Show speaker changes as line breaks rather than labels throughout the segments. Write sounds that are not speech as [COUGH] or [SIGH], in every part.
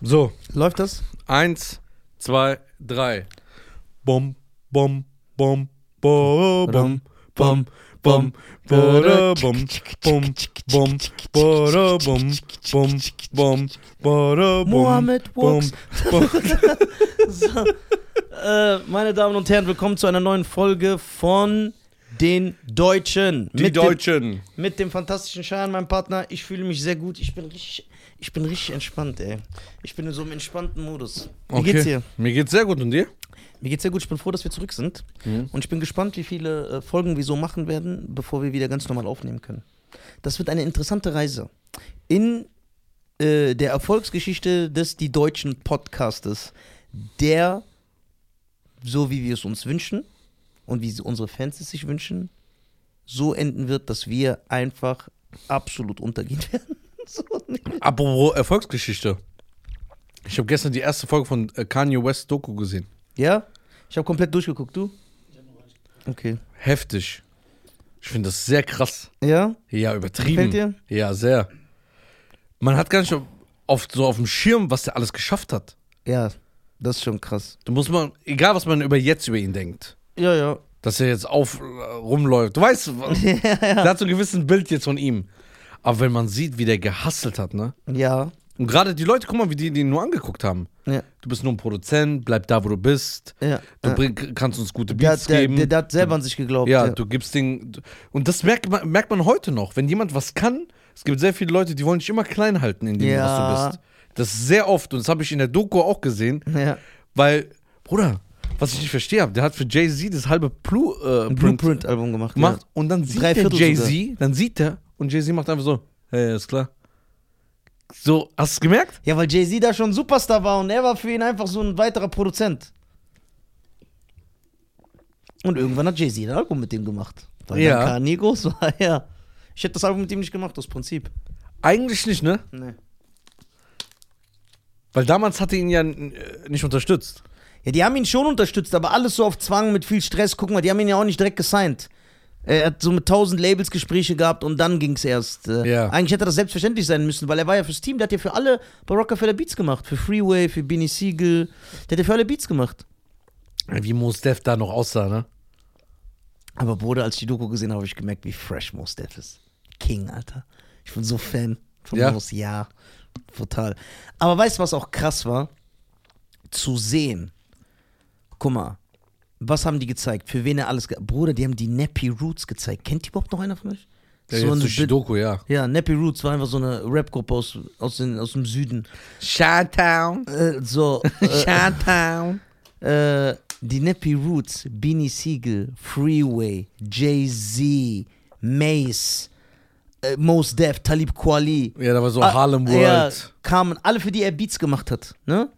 So,
Läuft das?
eins, zwei, drei. Bom, bom, bom, bom, bom, bom, bom, bada, bom, bom, bom, bada, bom, bom, bom, bada, bom,
Mohammed
bom,
walks.
bom.
So. äh, meine Damen und Herren, willkommen zu einer neuen Folge von den Deutschen.
Die
mit
Deutschen.
Dem, mit dem fantastischen Schein, mein Partner. Ich fühle mich sehr gut. Ich bin richtig, ich bin richtig entspannt, ey. Ich bin in so einem entspannten Modus. Wie geht's dir?
Mir geht's sehr gut und dir?
Mir geht's sehr gut. Ich bin froh, dass wir zurück sind. Und ich bin gespannt, wie viele äh, Folgen wir so machen werden, bevor wir wieder ganz normal aufnehmen können. Das wird eine interessante Reise. In äh, der Erfolgsgeschichte des Die Deutschen Podcastes, der, so wie wir es uns wünschen und wie sie- unsere Fans es sich wünschen, so enden wird, dass wir einfach absolut untergehen [LAUGHS] werden. so,
Apropos Erfolgsgeschichte. Ich habe gestern die erste Folge von äh, Kanye West Doku gesehen.
ja? Ich habe komplett durchgeguckt. Du? Okay.
Heftig. Ich finde das sehr krass.
Ja?
Ja, übertrieben.
Gefällt
Ja, sehr. Man hat gar nicht oft so auf dem Schirm, was der alles geschafft hat.
Ja. Das ist schon krass.
Du musst mal, egal was man über jetzt über ihn denkt,
Ja, ja.
dass er jetzt auf äh, rumläuft. Du
[LAUGHS]
weißt, was- der hat so ein gewisses Bild jetzt von ihm. Aber wenn man sieht, wie der gehasselt hat, ne?
Ja.
Und gerade die Leute, guck mal, wie die den nur angeguckt haben.
Ja.
Du bist nur ein Produzent, bleib da, wo du bist.
ja.
Du
ja.
bring, kannst uns gute
Der,
Beats
der,
geben.
der, der hat selber an sich geglaubt.
Ja, du gibst den. Und das merkt man, merkt man heute noch. Wenn jemand was kann, es gibt sehr viele Leute, die wollen dich immer klein halten in dem, was du
Ja. Mhm.
bist. Das ist sehr oft. Und das habe ich in der Doku auch gesehen,
ja.
weil, Bruder, was ich nicht verstehe habe, der hat für Jay-Z das halbe Plu, äh,
Ein
Print
Blueprint-Album gemacht.
gemacht und dann sieht
Drei
der
Viertel
Jay-Z, dann sieht er und Jay-Z macht einfach so, hey, ist klar. So, hast du es gemerkt?
Ja, ja weil Jay-Z da schon ein Superstar war und er war für ihn einfach so ein weiterer Produzent. Und irgendwann hat Jay-Z ein Album mit dem gemacht. Weil
Ja.
dann Kanye groß war, [LAUGHS] ja. Ich hätte das Album mit ihm nicht gemacht, aus Prinzip.
Eigentlich nicht, ne?
Nee.
Weil damals hatte ihn ja äh, nicht unterstützt.
Ja, die haben ihn schon unterstützt, aber alles so auf Zwang mit viel Stress. Guck mal, die haben ihn ja auch nicht direkt gesigned. Er hat so mit tausend Labels Gespräche gehabt und dann ging's erst. Äh,
Ja.
Eigentlich hätte das selbstverständlich sein müssen, weil er war ja fürs Team, der hat ja für alle bei Rockefeller Beats gemacht. Für Freeway, für Benny Siegel. Der hat ja für alle Beats gemacht.
Wie Mos Def da noch aussah, ne?
Aber Bruder, als ich die Doku gesehen habe, habe ich gemerkt, wie fresh Mos Def ist. King, Alter. Ich bin so Fan von
Ja?
Mos, ja. Total. Aber weißt du, was auch krass war? Zu sehen. Guck mal, was haben die gezeigt? Für wen er alles. Ge Bruder, die haben die Nappy Roots gezeigt. Kennt die überhaupt noch einer von euch?
Der
So
jetzt
eine
durch die
Bit-
Doku, ja.
ja, Nappy Roots war einfach so eine Rap-Gruppe aus, aus, den- aus dem Süden.
Shutdown. [LAUGHS]
Äh, so. Äh,
Shutdown.
äh, die Nappy Roots, Beanie Siegel, Freeway, Jay-Z, Mace, äh, Mos Def, Talib Kweli.
Ja, da war so
Ah,
Harlem
Ja,
World.
kamen alle, für die er Beats gemacht hat. Ne?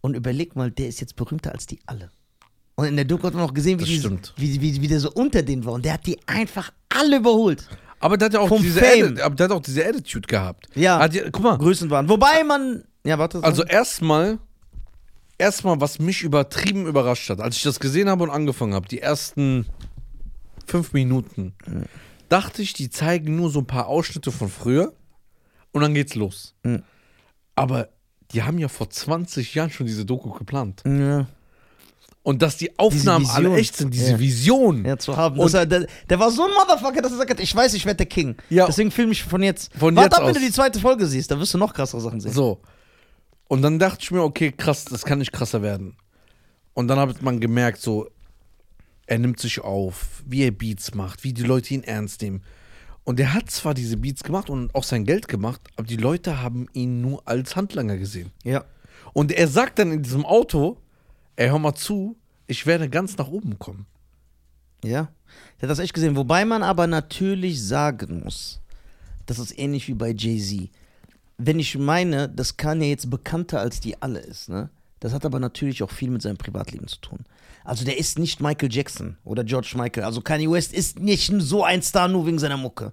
Und überleg mal, der ist jetzt berühmter als die alle. Und in der Doku hat man auch gesehen, wie,
Das
die,
stimmt.
wie, wie, wie der so unter denen war. Und der hat die einfach alle überholt.
Aber der hat ja auch
Vom
diese
Fame.
Atti- aber der hat auch diese Attitude gehabt.
Ja.
Hat ja Ah, guck mal,
Größen waren. Wobei man. Ja, warte.
also erstmal erstmal was mich übertrieben überrascht hat, als ich das gesehen habe und angefangen habe, die ersten fünf Minuten, dachte ich, die zeigen nur so ein paar Ausschnitte von früher und dann geht's los.
Mhm.
Aber die haben ja vor 20 Jahren schon diese Doku geplant.
Ja,
Und dass die Aufnahmen alle
Mhm. Vision.
echt sind, diese
Ja.
Vision.
ja, zu haben.
Und-
Das war, der, der war so ein Motherfucker, dass er sagt, ich weiß, ich werde der King.
Ja.
Deswegen filme ich von jetzt.
Von
Warte
jetzt
ab, wenn
aus.
du die zweite Folge siehst, da wirst du noch krassere Sachen sehen.
So. Und dann dachte ich mir, okay, krass, das kann nicht krasser werden. Und dann hat man gemerkt, so, er nimmt sich auf, wie er Beats macht, wie die Leute ihn ernst nehmen. Und er hat zwar diese Beats gemacht und auch sein Geld gemacht, aber die Leute haben ihn nur als Handlanger gesehen.
Ja.
Und er sagt dann in diesem Auto, ey, hör mal zu, ich werde ganz nach oben kommen.
Ja. Ich hat das echt gesehen. Wobei man aber natürlich sagen muss, das ist ähnlich wie bei Jay-Z. Wenn ich meine, dass Kanye jetzt bekannter als die alle ist, ne? Das hat aber natürlich auch viel mit seinem Privatleben zu tun. Also der ist nicht Michael Jackson oder George Michael. Also Kanye West ist nicht so ein Star nur wegen seiner Mucke.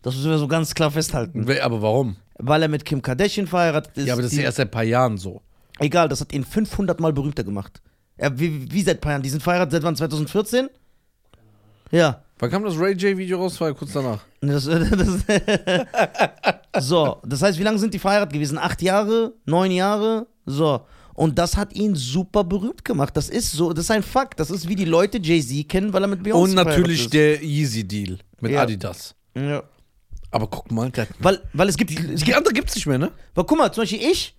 Das müssen wir so ganz klar festhalten.
We- Aber warum?
Weil er mit Kim Kardashian verheiratet ist.
Ja, aber das ist
die-
ja erst seit ein paar Jahren so.
Egal, das hat ihn 500 Mal berühmter gemacht. Er, wie, wie seit paar Jahren? Die sind verheiratet seit wann? 2014? Ja.
Wann kam das Ray J-Video raus? War ja kurz danach.
Ne, Das, [LAUGHS] das, so, das heißt, wie lange sind die verheiratet gewesen? Acht Jahre? Neun Jahre? So. Und das hat ihn super berühmt gemacht. Das ist so, das ist ein Fakt. Das ist wie die Leute Jay-Z kennen, weil er mit Beyoncé
Und natürlich der
verheiratet
Yeezy-Deal mit
Ja.
Adidas.
ist. Ja.
Aber guck mal, der,
Weil, weil es gibt. Es
die
gibt
andere gibt's nicht mehr, ne?
weil guck mal, zum Beispiel ich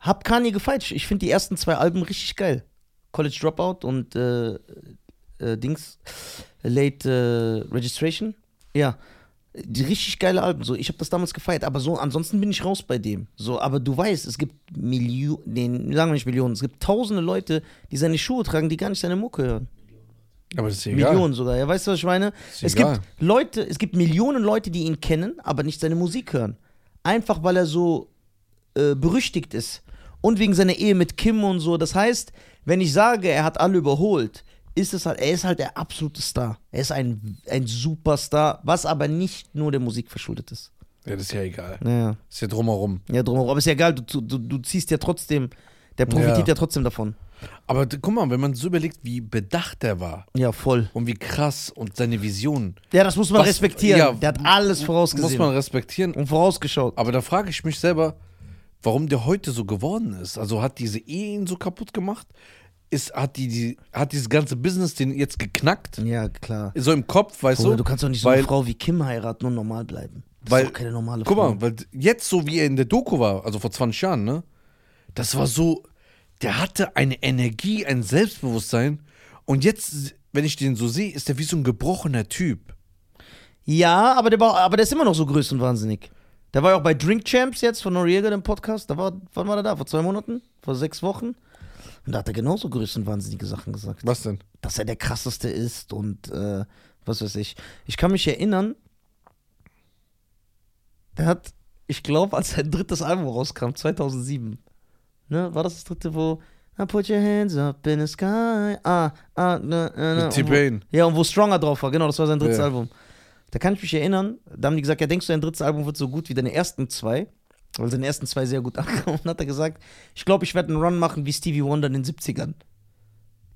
hab Kanye gefeitscht. Ich finde die ersten zwei Alben richtig geil. College Dropout und äh, äh, Dings Late äh, Registration. Ja. Die richtig geile Alben. So, ich habe das damals gefeiert, aber so, ansonsten bin ich raus bei dem. So, aber du weißt, es gibt Millionen, nee, sagen wir nicht Millionen, es gibt tausende Leute, die seine Schuhe tragen, die gar nicht seine Mucke hören.
Aber das ist
Millionen sogar. Ja, weißt du, was ich meine?
Ist
Es
egal.
gibt Leute, es gibt Millionen Leute, die ihn kennen, aber nicht seine Musik hören. Einfach weil er so äh, berüchtigt ist. Und wegen seiner Ehe mit Kim und so. Das heißt, wenn ich sage, er hat alle überholt, ist es halt, er ist halt der absolute Star. Er ist ein, ein Superstar, was aber nicht nur der Musik verschuldet ist.
Ja, das ist ja egal.
Ja,
Ist ja drumherum.
ja drumherum. Aber ist ja egal, du, du, du ziehst ja trotzdem, der profitiert ja,
Ja.
trotzdem davon.
Aber d- guck mal, wenn man so überlegt, wie bedacht er war
Ja, voll.
und wie krass und seine Vision,
Ja, das muss man
Was-
respektieren.
ja,
der hat alles vorausgesehen
muss man respektieren.
und vorausgeschaut.
Aber da frage ich mich selber, warum der heute so geworden ist. Also hat diese Ehe ihn so kaputt gemacht? Ist, hat, die, die, hat dieses ganze Business den jetzt geknackt?
Ja, klar.
So im Kopf, weißt
Bruder,
du?
du kannst doch nicht so
weil,
eine Frau wie Kim heiraten und normal bleiben. Das
Weil-
ist doch keine normale
Guck
Frau.
mal, weil jetzt so wie er in der Doku war, also vor 20 Jahren, ne? Das war so, der hatte eine Energie, ein Selbstbewusstsein. Und jetzt, wenn ich den so sehe, ist er wie so ein gebrochener Typ.
Ja, aber der, war, aber der ist immer noch so größenwahnsinnig. Der war ja auch bei Drink Champs jetzt von Noriega, dem Podcast. Da war, wann war der da? Vor zwei Monaten? Vor sechs Wochen? Und da hat er genauso größenwahnsinnige Sachen gesagt.
Was denn?
Dass er der krasseste ist und äh, was weiß ich. Ich kann mich erinnern, der hat, ich glaube, als sein drittes Album rauskam, 2007, ne, war das das dritte, wo I put your hands up in the sky, ah, ah, na, na, na.
Mit
und wo-
T-Pain.
ja, und wo Stronger drauf war, genau, das war sein drittes
Ja.
Album. Da kann ich mich erinnern, da haben die gesagt, ja, denkst du, dein drittes Album wird so gut wie deine ersten zwei? Weil seine ersten zwei sehr gut [LAUGHS] ankamen. Und hat er gesagt, ich glaube, ich werde einen Run machen wie Stevie Wonder in den 70ern.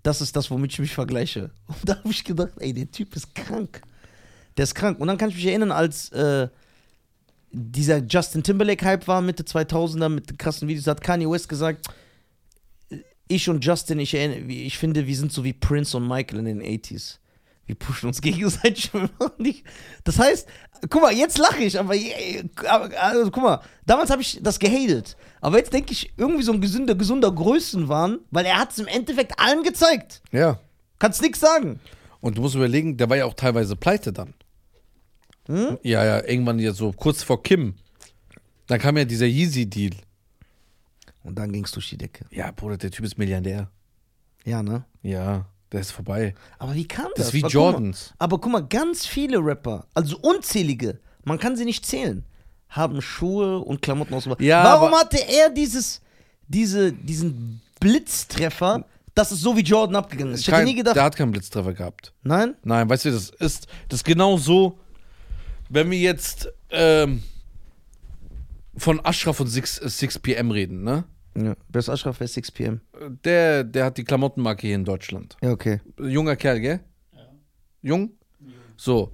Das ist das, womit ich mich vergleiche. [LAUGHS] Und da habe ich gedacht, ey, der Typ ist krank. Der ist krank. Und dann kann ich mich erinnern, als äh, dieser Justin Timberlake-Hype war, Mitte 2000er, mit den krassen Videos, hat Kanye West gesagt, ich und Justin, ich, erinn- wie- ich finde, wir sind so wie Prince und Michael in den 80s. Wir pushen uns [LAUGHS] gegenseitig. wir machen nicht- Das heißt, guck mal, jetzt lache ich, aber, je- aber also, guck mal, damals habe ich das gehatet. Aber jetzt denke ich, irgendwie so ein gesunder, gesunder Größenwahn, weil er hat es im Endeffekt allen gezeigt.
Ja.
Kannst nichts sagen.
Und du musst überlegen, der war ja auch teilweise pleite dann.
Hm?
Ja, ja, irgendwann jetzt so kurz vor Kim. Dann kam ja dieser Yeezy-Deal.
Und dann ging es durch die Decke.
Ja, Bruder, der Typ ist Milliardär.
Ja, ne?
Ja, der ist vorbei.
Aber wie kam das?
Das ist wie
Aber guck mal-
Jordans.
Aber guck mal, ganz viele Rapper, also unzählige, man kann sie nicht zählen, haben Schuhe und Klamotten ausgebracht.
Ja,
Warum
aber-
hatte er dieses, diese, diesen Blitztreffer, dass es so wie Jordan abgegangen ist? Ich hätte
Kein-
nie gedacht.
Der hat keinen Blitztreffer gehabt.
Nein?
Nein, weißt du, das ist, das ist genau so, wenn wir jetzt ähm, von Ashraf und äh, 6, 6 PM reden, ne?
Ja. Wer ist Ashraf? Wer ist 6 PM?
Der, der hat die Klamottenmarke hier in Deutschland.
Ja, okay.
Junger Kerl, gell? Ja. Jung? So.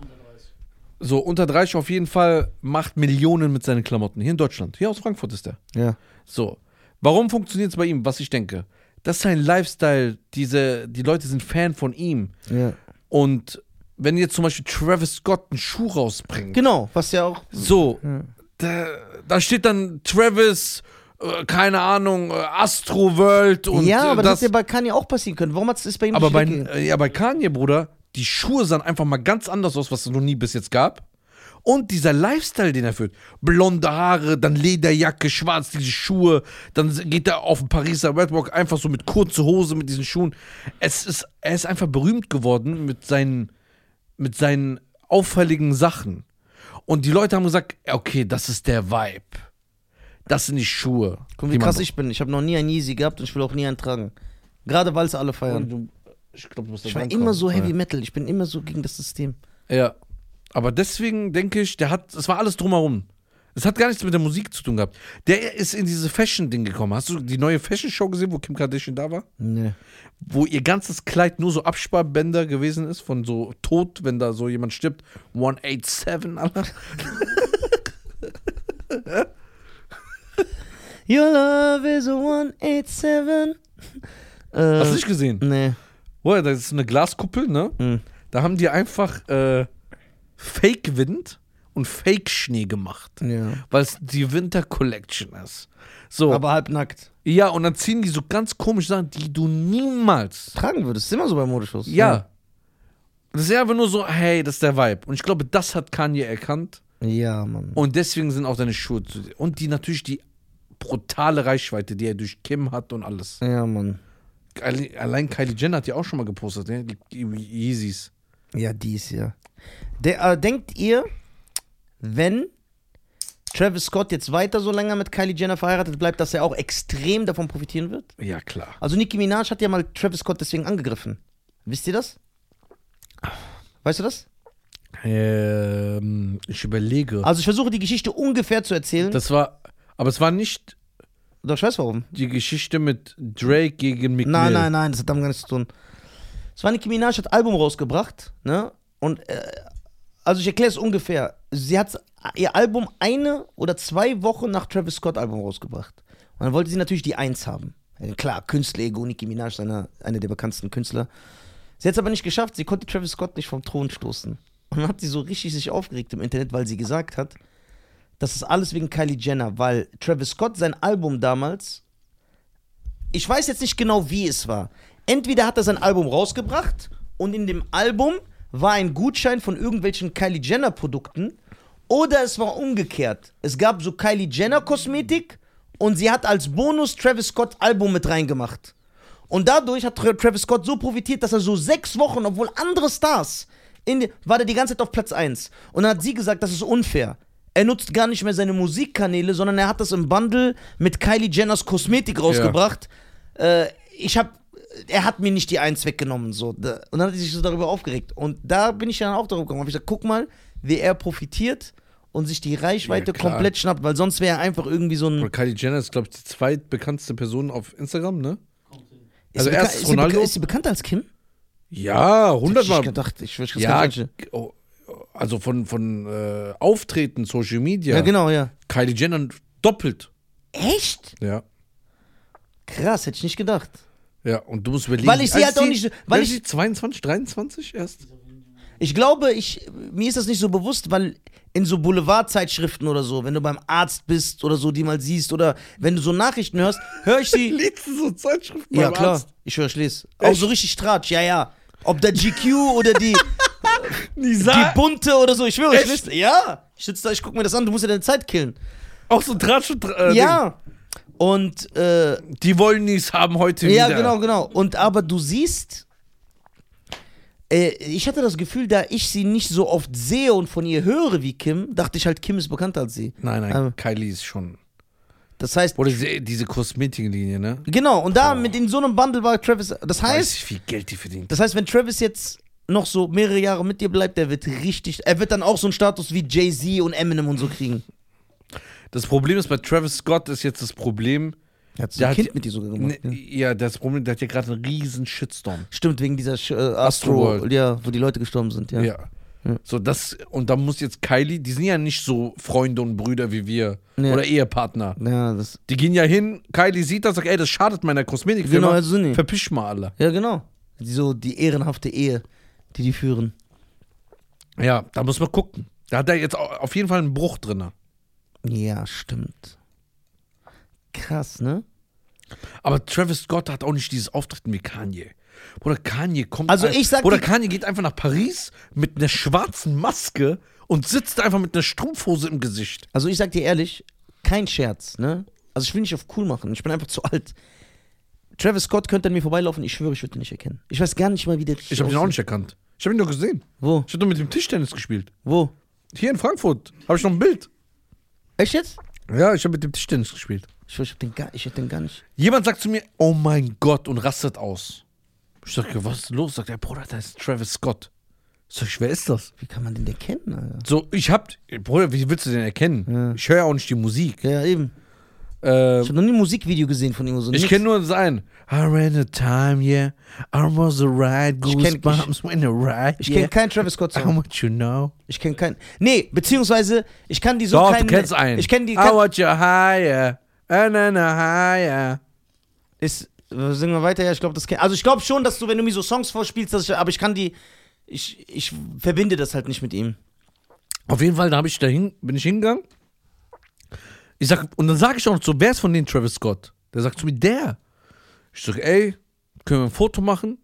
So, unter 30 auf jeden Fall macht Millionen mit seinen Klamotten. Hier in Deutschland. Hier aus Frankfurt ist er.
Ja.
So. Warum funktioniert es bei ihm? Was ich denke. Das ist sein Lifestyle. Diese, die Leute sind Fan von ihm.
ja.
Und wenn jetzt zum Beispiel Travis Scott einen Schuh rausbringt,
Genau, was ja auch.
so, da, da steht dann Travis, äh, keine Ahnung, äh, Astro World und
ja,
äh,
aber das, hätte bei Kanye auch passieren können. Warum hat es bei ihm
aber
nicht
bei,
gegeben?
äh, ja, bei Kanye, Bruder, die Schuhe sahen einfach mal ganz anders aus, was es noch nie bis jetzt gab. Und dieser Lifestyle, den er führt. Blonde Haare, dann Lederjacke, schwarz, diese Schuhe. Dann s- geht er auf den Pariser Redwalk einfach so mit kurzer Hose, mit diesen Schuhen. Es ist, er ist einfach berühmt geworden mit seinen, mit seinen auffälligen Sachen. Und die Leute haben gesagt, okay, das ist der Vibe. Das sind die Schuhe.
Guck, wie
die man
krass ich bin. Ich habe noch nie einen Yeezy gehabt und ich will auch nie einen tragen. Gerade weil es alle feiern.
braucht. Ich, glaub, du musst da
Ich war
drankommen.
immer so Heavy Metal. Ich bin immer so gegen das System.
Ja. Aber deswegen denke ich, der hat, es war alles drumherum. Es hat gar nichts mit der Musik zu tun gehabt. Der ist in diese Fashion-Ding gekommen. Hast du die neue Fashion-Show gesehen, wo Kim Kardashian da war?
Nee.
Wo ihr ganzes Kleid nur so Absparbänder gewesen ist, von so tot, wenn da so jemand stirbt. 187, Alter.
Your love is a 187. Äh,
Hast du nicht gesehen?
Nee.
Boah, das ist so eine Glaskuppel, ne?
Hm.
Da haben die einfach äh, Fake-Wind und Fake-Schnee gemacht.
Ja.
Weil es die Winter-Collection ist. So.
Aber halbnackt.
ja, und dann ziehen die so ganz komische Sachen, die du niemals.
Tragen würdest. Ist immer so bei Modeschuss.
Ja. Das ist ja einfach nur so, hey, das ist der Vibe. Und ich glaube, das hat Kanye erkannt.
ne? Ja, Mann.
Und deswegen sind auch deine Schuhe. zu dir. Und die natürlich die brutale Reichweite, die er durch Kim hat und alles.
Ja, Mann.
Alle- Allein Kylie Jenner hat ja auch schon mal gepostet, ne? Die die Yeezys.
Ja, dies ja. De äh, denkt ihr, wenn Travis Scott jetzt weiter so lange mit Kylie Jenner verheiratet bleibt, dass er auch extrem davon profitieren wird?
Ja, klar.
Also Nicki Minaj hat ja mal Travis Scott deswegen angegriffen. Wisst ihr das? Weißt du das?
Ähm, ich überlege.
Also ich versuche die Geschichte ungefähr zu erzählen.
Das war, aber es war nicht
Doch, ich weiß warum.
die Geschichte mit Drake gegen McNeil.
Nein, nein, nein, das hat damit gar nichts zu tun. Es war Nicki Minaj, hat ein Album rausgebracht, ne? Und, äh, also ich erkläre es ungefähr. Sie hat ihr Album eine oder zwei Wochen nach Travis Scott Album rausgebracht. Und dann wollte sie natürlich die Eins haben. Äh, Klar, Künstler-Ego, Nicki Minaj ist einer eine der bekanntesten Künstler. Sie hat es aber nicht geschafft, sie konnte Travis Scott nicht vom Thron stoßen. Und dann hat sie so richtig sich aufgeregt im Internet, weil sie gesagt hat, das ist alles wegen Kylie Jenner, weil Travis Scott sein Album damals ich weiß jetzt nicht genau, wie es war. Entweder hat er sein Album rausgebracht und in dem Album war ein Gutschein von irgendwelchen Kylie Jenner Produkten oder es war umgekehrt. Es gab so Kylie Jenner Kosmetik und sie hat als Bonus Travis Scott Album mit reingemacht. Und dadurch hat Tra- Travis Scott so profitiert, dass er so sechs Wochen, obwohl andere Stars, in, war der die ganze Zeit auf Platz 1. Und dann hat sie gesagt, das ist unfair. Er nutzt gar nicht mehr seine Musikkanäle, sondern er hat das im Bundle mit Kylie Jenners Kosmetik rausgebracht. Äh, ich habe, er hat mir nicht die Eins weggenommen. So. Da- Und dann hat sie sich so darüber aufgeregt. Und da bin ich dann auch darauf gekommen. Hab ich gesagt, guck mal, wie er profitiert und sich die
Ja,
Reichweite
klar.
komplett schnappt, weil sonst wäre er einfach irgendwie so ein.
Aber Kylie Jenner ist, glaube ich, die zweitbekannteste Person auf Instagram, ne?
ist,
Also
sie beka-
erst
ist, sie
Ronaldo.
beka- ist sie bekannter als Kim?
Ja, hundertmal.
Ich gedacht, ich, ich, ich
Ja,
ja,
oh, also von, von äh, Auftreten, Social Media.
ja, genau, ja.
Kylie Jenner doppelt.
Echt?
Ja.
Krass, hätte ich nicht gedacht.
Ja, und du musst überlegen.
Weil ich sie
als
halt auch
die-
nicht so- weil
Wer
ich-
ist die 22, 23 erst?
Ich glaube, ich, mir ist das nicht so bewusst, weil in so Boulevardzeitschriften oder so, wenn du beim Arzt bist oder so, die mal siehst oder wenn du so Nachrichten hörst, höre ich sie.
Liest du so Zeitschriften
ja,
beim
klar.
Arzt?
Ich höre, ich lese. Auch so richtig Tratsch, ja, ja. Ob der GQ oder die,
Die
die
sah
bunte oder so, ich schwöre, ich
Echt?
lese. Ja. Ich sitze da, ich gucke mir das an, du musst ja deine Zeit killen.
auch so Tratsch und Tra- äh,
ja. Und, äh,
Ding. Die wollen dies haben heute
Ja,
wieder.
genau, genau. Und aber du siehst, äh, ich hatte das Gefühl, da ich sie nicht so oft sehe und von ihr höre wie Kim, dachte ich halt, Kim ist bekannter als sie.
Nein, nein,
Ähm.
Kylie ist schon.
Das heißt,
Oder diese, diese Kosmetiklinie, ne?
genau, und da mit in so einem Bundle war Travis. Das
Weiß
heißt,
ich, wie viel Geld die verdient.
das heißt, wenn Travis jetzt noch so mehrere Jahre mit dir bleibt, der wird richtig, er wird dann auch so einen Status wie Jay-Z und Eminem und so kriegen.
Das Problem ist, bei Travis Scott ist jetzt das Problem.
Er hat so
Der
ein
hat-
Kind mit dir sogar
Ne,
gemacht. ja.
ja, das Problem, der hat ja gerade einen riesen Shitstorm.
Stimmt, wegen dieser Sch- äh, Astro,
Astroworld.
ja, wo die Leute gestorben sind, ja.
Ja. So, das, und da muss jetzt Kylie, die sind ja nicht so Freunde und Brüder wie wir.
Nee.
Oder Ehepartner.
Ja, das,
Die gehen ja hin, Kylie sieht das, sagt, ey, das schadet meiner Kosmetikfirma.
Genau, also nicht.
Verpisch mal alle.
ja, genau. Die, so die ehrenhafte Ehe, die die führen.
Ja, da muss man gucken. Da hat er jetzt au- auf jeden Fall einen Bruch drin.
Ja, stimmt. Krass, ne?
Aber Travis Scott hat auch nicht dieses Auftreten wie Kanye. Oder Kanye kommt.
Also ich sag
Oder
dir-
Kanye geht einfach nach Paris mit einer schwarzen Maske und sitzt einfach mit einer Strumpfhose im Gesicht.
Also ich sag dir ehrlich, kein Scherz, ne? Also ich will nicht auf cool machen, ich bin einfach zu alt. Travis Scott könnte an mir vorbeilaufen, ich schwöre, ich würde ihn nicht erkennen. Ich weiß gar nicht mal, wie der richtig
Ich habe ihn auch
aussieht.
nicht erkannt. Ich habe ihn nur gesehen.
Wo?
Ich habe nur mit dem Tischtennis gespielt.
Wo?
Hier in Frankfurt habe ich noch ein Bild.
Echt jetzt?
Ja, ich habe mit dem Tischtennis gespielt.
Ich schwöre, ich hab den gar, ich hab den gar nicht.
Jemand sagt zu mir, oh mein Gott, und rastet aus. Ich sage, was ist los? Sagt er, Bruder, da ist Travis Scott. Sag ich, wer ist das?
Wie kann man den erkennen, Alter?
So, ich hab, Bruder, wie willst du den erkennen? Ich höre ja auch nicht die Musik.
Ja, eben.
Ähm,
Ich habe noch nie ein Musikvideo gesehen von ihm. oder So
ich
nix.
kenne nur das ein. I ran a time, yeah. I was a ride,
kenn-
goosebumps when I ride,
Ich
yeah.
kenne keinen Travis Scott
I
Song.
want you know.
Ich kenne keinen. Nee, beziehungsweise ich kann die so
Doch,
keinen.
du kennst einen.
Ich kenne die.
I want you higher. Ah, na, na, ha, ja.
Ist, äh, singen wir weiter, ja, ich glaube, das kenn- Also ich glaube schon, dass du, wenn du mir so Songs vorspielst, dass ich, aber ich kann die, ich, ich verbinde das halt nicht mit ihm.
Auf jeden Fall, da habe ich dahin, bin ich hingegangen. Ich sag, und dann sage ich auch noch so, wer ist von denen Travis Scott? Der sagt zu mir, der. Ich sag, ey, können wir ein Foto machen?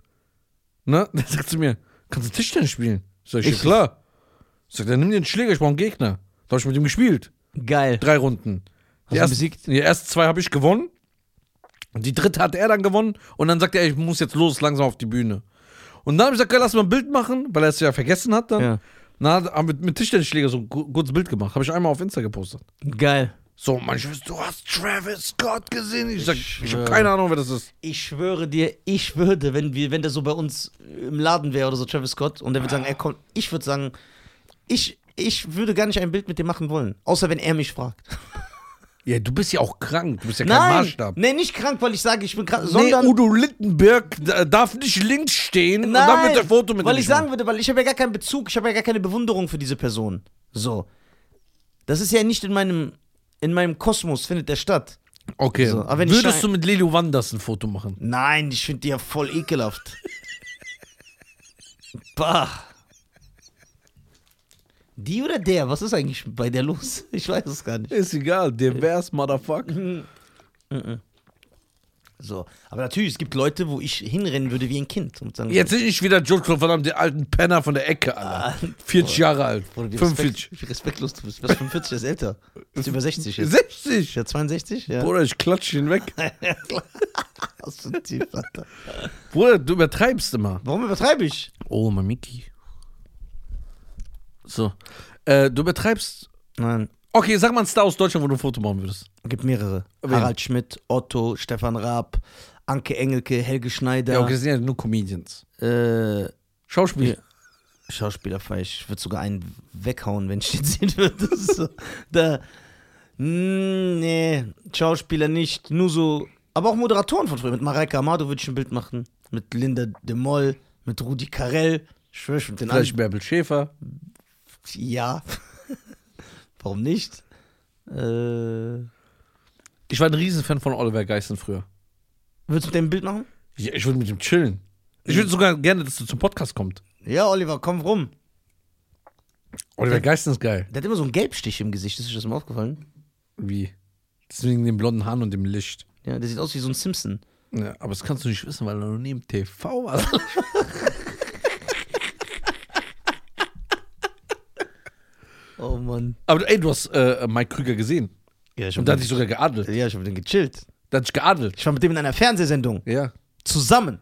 Ne? [LAUGHS] Der sagt zu mir, kannst du Tischtennis spielen? Ich sag, ich, ja
Ich-
klar. Ich sag, dann nimm dir einen Schläger, ich brauche einen Gegner. Da habe ich mit ihm gespielt.
Geil.
Drei Runden.
Hast du ihn
ersten-
besiegt?
Die ersten zwei habe ich gewonnen. Und die dritte hat er dann gewonnen. Und dann sagt er, ich muss jetzt los, langsam auf die Bühne. Und dann habe ich gesagt, geil, lass mal ein Bild machen, weil er es ja vergessen hat dann.
Ja.
Na, haben wir mit Tischtennisschläger so ein gu- gutes Bild gemacht. Habe ich einmal auf Insta gepostet.
Geil.
So, meine Schwester, du hast Travis Scott gesehen. Ich sag, ich,
schwöre.
habe keine Ahnung, wer das ist.
Ich schwöre dir, ich würde, wenn wir, wenn der so bei uns im Laden wäre oder so, Travis Scott, und der würde sagen,
Ah.
er kommt, ich würde sagen, ich, ich würde gar nicht ein Bild mit dem machen wollen. Außer wenn er mich fragt.
Ja, du bist ja auch krank. Du bist ja kein
Nein!
Maßstab.
Nee, nicht krank, weil ich sage, ich bin krank,
Nee,
sondern.
Udo Lindenberg da- darf nicht links stehen und dann
Nein,
wird der Foto mit
weil
ihm
ich sagen würde, weil ich habe ja gar keinen Bezug, ich habe ja gar keine Bewunderung für diese Person. So. Das ist ja nicht in meinem, in meinem Kosmos, findet der statt.
gemacht. Okay,
So, aber wenn ich
würdest
da-
du mit Lilo Wanders ein Foto machen?
Nein, ich finde die ja voll ekelhaft. bah. Die oder der? Was ist eigentlich bei der los? Ich weiß es gar nicht.
Ist egal, der wär's, Motherfucker.
So. Aber natürlich, es gibt Leute, wo ich hinrennen würde wie ein Kind und
[LAUGHS]
sagen,
Jetzt bin ich wieder Joe verdammt, den alten Penner von der Ecke, Alter. 40 Jahre alt,
Bruder, wie
45.
Respekt, wie respektlos du bist. Du bist 45, ist älter. Du bist über 60 jetzt.
60.
Ja, 62? Ja.
Bruder, ich klatsche ihn weg.
Was für ein Typ, Alter.
[LAUGHS] Bruder, du übertreibst immer.
Warum übertreibe ich?
Oh, Mamiki. So. Äh, du betreibst.
Nein,
Okay, sag mal einen Star aus Deutschland, wo du ein Foto machen würdest.
gibt mehrere.
Wen?
Harald Schmidt, Otto, Stefan Raab, Anke Engelke, Helge Schneider.
Ja, okay, das sind ja nur Comedians.
äh,
Schauspieler.
Schauspieler feier ich. Ich würde sogar einen weghauen, wenn ich [LAUGHS] den sehen würde. Das ist so, da, Mm, nee, Schauspieler nicht. Nur so, aber auch Moderatoren von früher. Mit Mareike Amado würde ich ein Bild machen. Mit Linda de Moll, mit Rudi Carell. Ich schwöre, ich würd den
Vielleicht Bärbel Schäfer.
Ja. [LAUGHS] Warum nicht? Äh,
Ich war ein Riesenfan von Oliver Geissen früher.
Würdest du mit dem ein Bild machen?
Ja, ich würde mit ihm chillen. Ich würde sogar gerne, dass du zum Podcast kommst.
Ja, Oliver, komm rum.
Oliver Geissen ist geil.
Der hat immer so einen Gelbstich im Gesicht, ist dir das mal aufgefallen?
Wie? Deswegen den blonden Haaren und dem Licht.
Ja, der sieht aus wie so ein Simpson.
Ja, aber das kannst du nicht wissen, weil du noch nie im TV warst.
Oh Mann.
[LAUGHS] Aber ey, du hast äh, Mike Krüger gesehen.
Ja, ich
Und da hat dich sogar geadelt.
ja, ich hab mit dem gechillt.
Da hat dich geadelt.
Ich war mit dem in einer Fernsehsendung.
Ja.
Zusammen.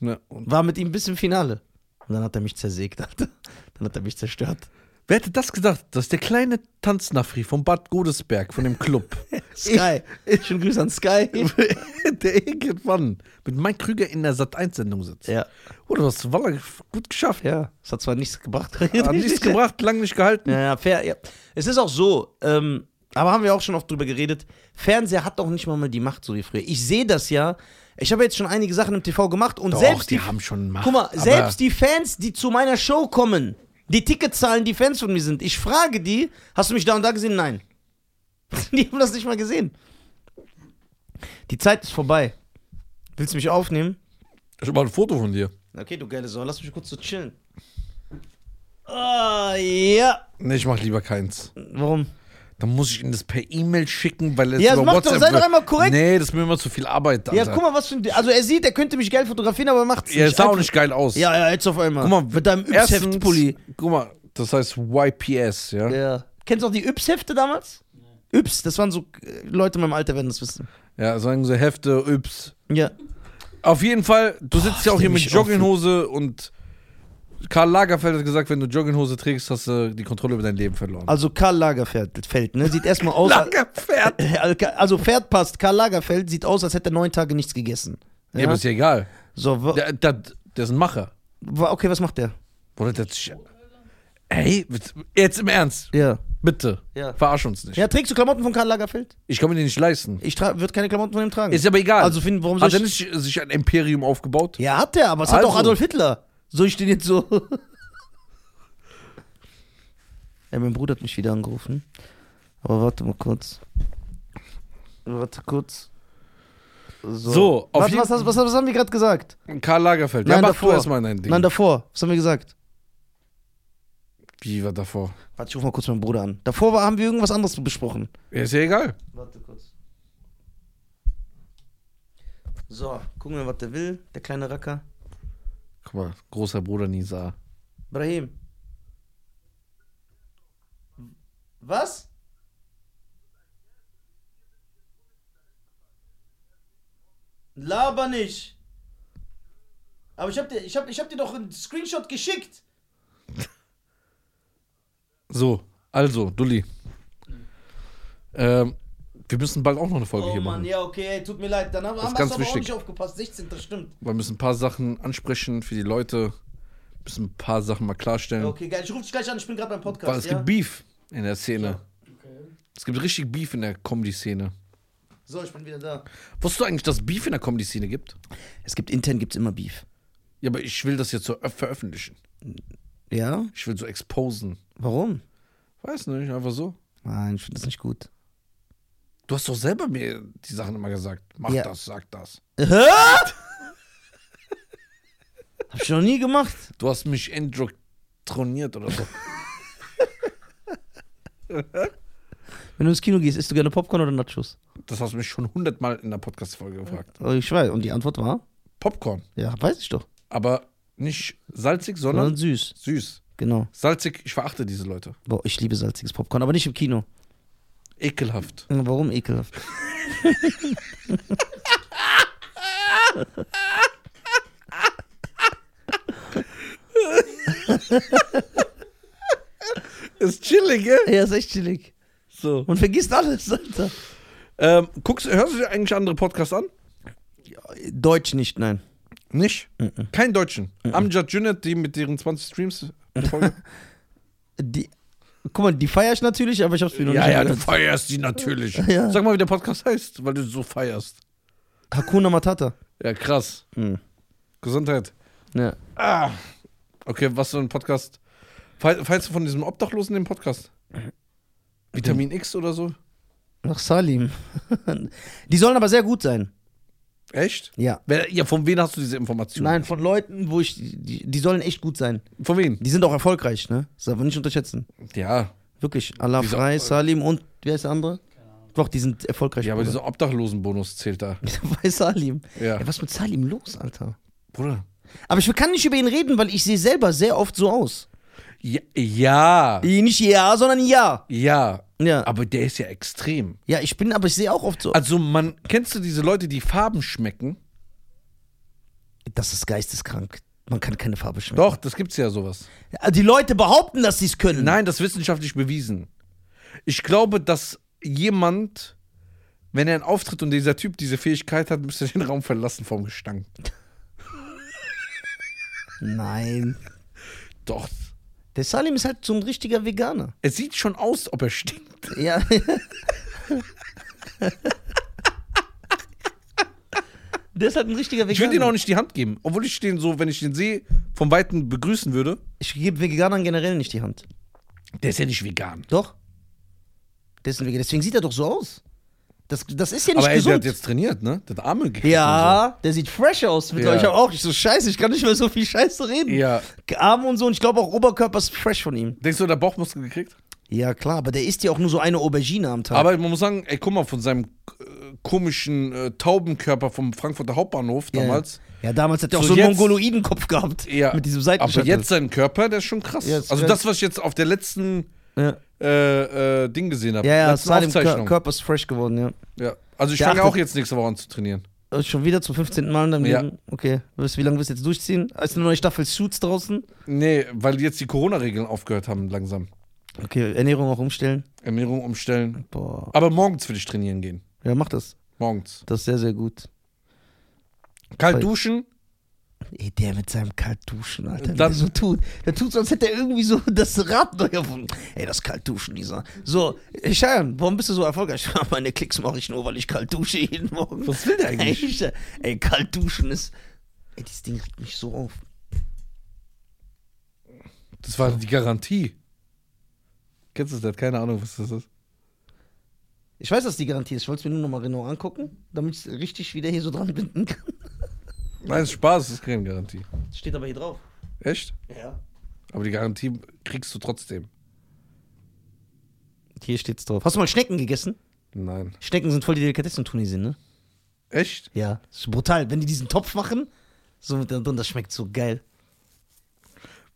Ne? Und
War mit ihm bis im Finale. Und dann hat er mich zersägt, [LAUGHS] Alter. Dann hat er mich zerstört.
Wer hätte das gedacht, dass der kleine Tanznafri vom Bad Godesberg, von dem Club,
[LAUGHS] Sky. Schönen Grüß an Sky.
[LAUGHS] der irgendwann mit Mike Krüger in der Sat1-Sendung sitzt?
ja.
Oder was? Walla, gut geschafft.
Ja. Das hat zwar nichts gebracht. [LAUGHS]
Hat nichts gebracht, lang nicht gehalten.
Ja, ja, fair, ja. Es ist auch so, ähm, aber haben wir auch schon oft drüber geredet, Fernseher hat doch nicht mal, mal die Macht so wie früher. Ich sehe das ja. Ich habe jetzt schon einige Sachen im TV gemacht und
Doch,
selbst
die haben schon Macht,
Guck mal,
aber-
selbst die Fans, die zu meiner Show kommen, die Tickets zahlen, die Fans von mir sind. Ich frage die, hast du mich da und da gesehen? Nein. [LAUGHS] Die haben das nicht mal gesehen. Die Zeit ist vorbei. Willst du mich aufnehmen?
Ich habe mal ein Foto von dir.
Okay, du geile Sau, lass mich kurz so chillen. Ah, ja.
Nee, ich mache lieber keins.
Warum?
Dann muss ich ihm das per E-Mail schicken, weil er
Ja,
über
mach doch,
WhatsApp
sei doch
wird.
einmal korrekt.
Nee, das ist mir immer zu viel Arbeit.
Ja,
Alter.
guck mal, was für ein. Also, er sieht, er könnte mich geil fotografieren, aber er macht's
Ja,
nicht.
es sah auch
Einfach-
nicht geil aus.
Ja, ja, jetzt auf einmal.
Guck mal,
mit deinem
erstens-
Yps-Heft-Pulli.
Guck mal, das heißt YPS, ja? Ja,
Ja. Kennst du auch die Yps-Hefte damals? Yps, das waren so. äh, Leute in meinem Alter werden das wissen.
sagen sie Hefte, Yps.
Ja.
Auf jeden Fall, du sitzt ja auch
ich
hier
nehm
mit
mich auf.
Jogginghose und Karl Lagerfeld hat gesagt, wenn du Jogginghose trägst, hast du die Kontrolle über dein Leben verloren.
Also, Karl Lagerfeld, fällt, ne? Sieht erstmal aus.
Lagerfeld?
Also, Pferd passt. Karl Lagerfeld sieht aus, als hätte er neun Tage nichts gegessen.
Ja, aber ist ja egal.
So, wa-
Der, der, der ist ein Macher.
wa- okay, was macht der?
Bruder, der hat sich. Ey, jetzt im Ernst.
Ja.
Bitte.
Ja.
Verarsch uns nicht.
Ja, trägst du Klamotten von Karl Lagerfeld?
Ich kann mir den nicht leisten.
Ich würde keine Klamotten von ihm tragen.
Ist aber egal.
Also, find, warum soll
hat er
ich.
nicht sich ein Imperium aufgebaut?
Ja, hat er, aber es hat
Also.
auch Adolf Hitler. Soll ich den jetzt so. [LAUGHS] Ey, mein Bruder hat mich wieder angerufen. Aber warte mal kurz. Warte kurz.
So, auf
Warte,
jeden-
was, hast- was, was haben wir gerade gesagt?
Karl Lagerfeld. ja,
Nein,
mach
davor.
du erstmal dein Ding.
Nein, davor. Was haben wir gesagt?
Wie war davor?
Warte, ich rufe mal kurz meinen Bruder an. Davor war, haben wir irgendwas anderes besprochen.
Ja, ist ja egal.
Warte kurz. So, gucken wir, was der will, der kleine Racker.
Guck mal, großer Bruder Nisa.
Brahim. Was? Laber nicht. Aber ich hab dir, ich hab, ich hab dir doch einen Screenshot geschickt.
So, also, Dulli. Ähm, wir müssen bald auch noch eine Folge
Oh
hier
Mann,
machen.
ja, okay, ey, tut mir leid. Dann haben,
ist
hast du
ganz
aber auch
wichtig.
nicht aufgepasst. 16, das stimmt.
Wir müssen ein paar Sachen ansprechen für die Leute. Müssen ein paar Sachen mal klarstellen.
Okay, geil. Ich rufe dich gleich an, ich bin gerade beim Podcast.
Weil es
ja?
gibt Beef in der Szene.
Okay.
Es gibt richtig Beef in der Comedy-Szene.
So, ich bin wieder da.
Wusstest du eigentlich, dass Beef in der Comedy-Szene gibt?
Es gibt intern gibt's immer Beef.
Ja, aber ich will das jetzt so öff- veröffentlichen.
Ja?
Ich will so exposen.
Warum?
Weiß nicht, einfach so.
Nein, ich finde das nicht gut.
Du hast doch selber mir die Sachen immer gesagt. Mach
Ja.
das, sag das.
[LAUGHS] Hä? Hab ich noch nie gemacht.
Du hast mich indoktriniert oder [LAUGHS] so.
Wenn du ins Kino gehst, isst du gerne Popcorn oder Nachos?
Das hast du mich schon hundertmal in der Podcast-Folge gefragt.
Oh, Ich weiß. Und die Antwort war?
Popcorn.
Ja, weiß ich doch.
Aber nicht salzig, sondern
Sondern süß.
süß.
Genau.
Salzig, ich verachte diese Leute.
Boah, ich liebe salziges Popcorn, aber nicht im Kino.
Ekelhaft.
Warum ekelhaft?
Ist chillig, gell?
[LAUGHS] Ja, ist echt chillig.
So.
Und vergisst alles, Alter.
Ähm, guckst, hörst du dir eigentlich andere Podcasts an?
Deutsch nicht, nein.
Nicht? Kein Deutschen. Amjad Junet, die mit deren 20 [LAUGHS] Streams. pro Folge?
Die, guck mal, die feier ich natürlich, aber ich hab's mir noch
ja,
nicht
ja, du
angehört.
[LAUGHS] feierst die [LAUGHS] natürlich.
Ja.
Sag mal, wie der Podcast heißt, weil du so feierst.
Hakuna Matata.
Ja, krass.
Mhm.
Gesundheit.
Ja.
Ah. Okay, was für ein Podcast. Fe- Feierst du von diesem Obdachlosen den Podcast? Vitamin X oder so?
Nach Salim. [LAUGHS] die sollen aber sehr gut sein.
Echt?
Ja.
Wer, ja, von wem hast du diese Information?
Nein, von Leuten, wo ich. Die, die sollen echt gut sein.
Von wem?
Die sind auch erfolgreich, ne? Das darf man nicht unterschätzen.
Ja.
Wirklich. Allah
Diese-
frei, Salim und wie heißt der andere? Doch, die sind erfolgreich.
Ja, aber
Bruder.
dieser Obdachlosenbonus zählt da.
[LAUGHS] Bei Salim.
Ja.
Ey, was ist mit Salim los, Alter?
Bruder.
Aber ich kann nicht über ihn reden, weil ich sehe selber sehr oft so aus.
Ja, ja.
Äh, Nicht ja, sondern ja.
Ja.
Ja,
Aber der ist ja extrem.
ja ich bin, aber ich sehe auch oft so.
Also, man, kennst du diese Leute, die Farben schmecken?
Das ist geisteskrank. Man kann keine Farbe schmecken.
Doch, das gibt's ja sowas.
Die Leute behaupten, dass sie es können.
Nein, das ist wissenschaftlich bewiesen. Ich glaube, dass jemand, wenn er einen Auftritt und dieser Typ diese Fähigkeit hat, müsste er den Raum verlassen vom Gestank.
Nein.
Doch.
Der Salim ist halt so ein richtiger Veganer.
Es sieht schon aus, ob er stinkt.
Ja. Der ist halt ein richtiger Veganer.
Ich würde ihm auch nicht die Hand geben, obwohl ich den so, wenn ich den sehe, vom Weiten begrüßen würde.
Ich gebe Veganern generell nicht die Hand.
Der ist ja nicht vegan.
Doch. Der ist ein Veganer. Deswegen sieht er doch so aus. Das, das ist ja nicht
Aber ey, der
gesund.
hat jetzt trainiert, ne? Der hat Arme gekriegt.
ja, der sieht fresh aus. Mit
Ja.
Ich hab auch ich so scheiße, ich kann nicht mehr so viel Scheiße
und
reden.
So. Ja.
Arm und so und ich glaube auch Oberkörper ist fresh von ihm.
Denkst du, der Bauchmuskel gekriegt?
Ja klar, aber der isst ja auch nur so eine Aubergine am Tag.
Aber man muss sagen, ey, guck mal, von seinem äh, komischen äh, Taubenkörper vom Frankfurter Hauptbahnhof
ja.
damals.
Ja, damals hat er auch
So
so einen
jetzt-
Mongoloidenkopf gehabt.
Ja.
[LAUGHS] Mit diesem
Aber
Seitenschattel.
jetzt sein Körper, der ist schon krass.
Ja, das
also
wär-
das, was ich jetzt auf der letzten
Ja,
äh, äh, Ding gesehen habe.
ja, ja
letzten
Salim Kör
Aufzeichnung.
Körper ist fresh geworden, ja.
ja. Also ich
Der
fange
achtet-
auch jetzt nächste Woche an zu trainieren.
Äh, Schon wieder zum 15. Mal in deinem
Ja.
Leben. Okay, Wirst- wie lange wirst du jetzt durchziehen? Ah, Ist eine neue Staffel Suits draußen?
Nee, weil jetzt die Corona-Regeln aufgehört haben langsam.
Okay, Ernährung auch umstellen.
Ernährung umstellen.
Boah.
Aber morgens will ich trainieren gehen.
Ja, mach das.
Morgens.
Das ist sehr, sehr gut. Voll.
Kalt duschen.
Ey, der mit seinem Kaltduschen, Alter,
Dann-
wie der so tut. Der tut so, als hätte er irgendwie so [LAUGHS] das Rad neu erfunden. Ey, das Kaltduschen, dieser. So, ey, Cheyenne, warum bist du so erfolgreich? [LAUGHS] Meine Klicks mache ich nur, weil ich kalt dusche jeden Morgen.
Was will der eigentlich?
Ey, ich- ey Kaltduschen ist... Ey, dieses Ding regt mich so auf.
Das war die Garantie. Kennst du das? Der hat keine Ahnung, was das ist.
Ich weiß, dass die Garantie ist. Ich wollte es mir nur nochmal genau angucken, damit ich es richtig wieder hier so dran binden kann.
Nein, ist Spaß ist keine Garantie.
Steht aber hier drauf.
Echt?
Ja.
Aber die Garantie kriegst du trotzdem.
Hier steht's drauf. Hast du mal Schnecken gegessen?
Nein.
Schnecken sind voll die Delikatessen in Tunesien, ne?
Echt?
Ja. Das ist brutal. Wenn die diesen Topf machen, so mit da drin, das schmeckt so geil.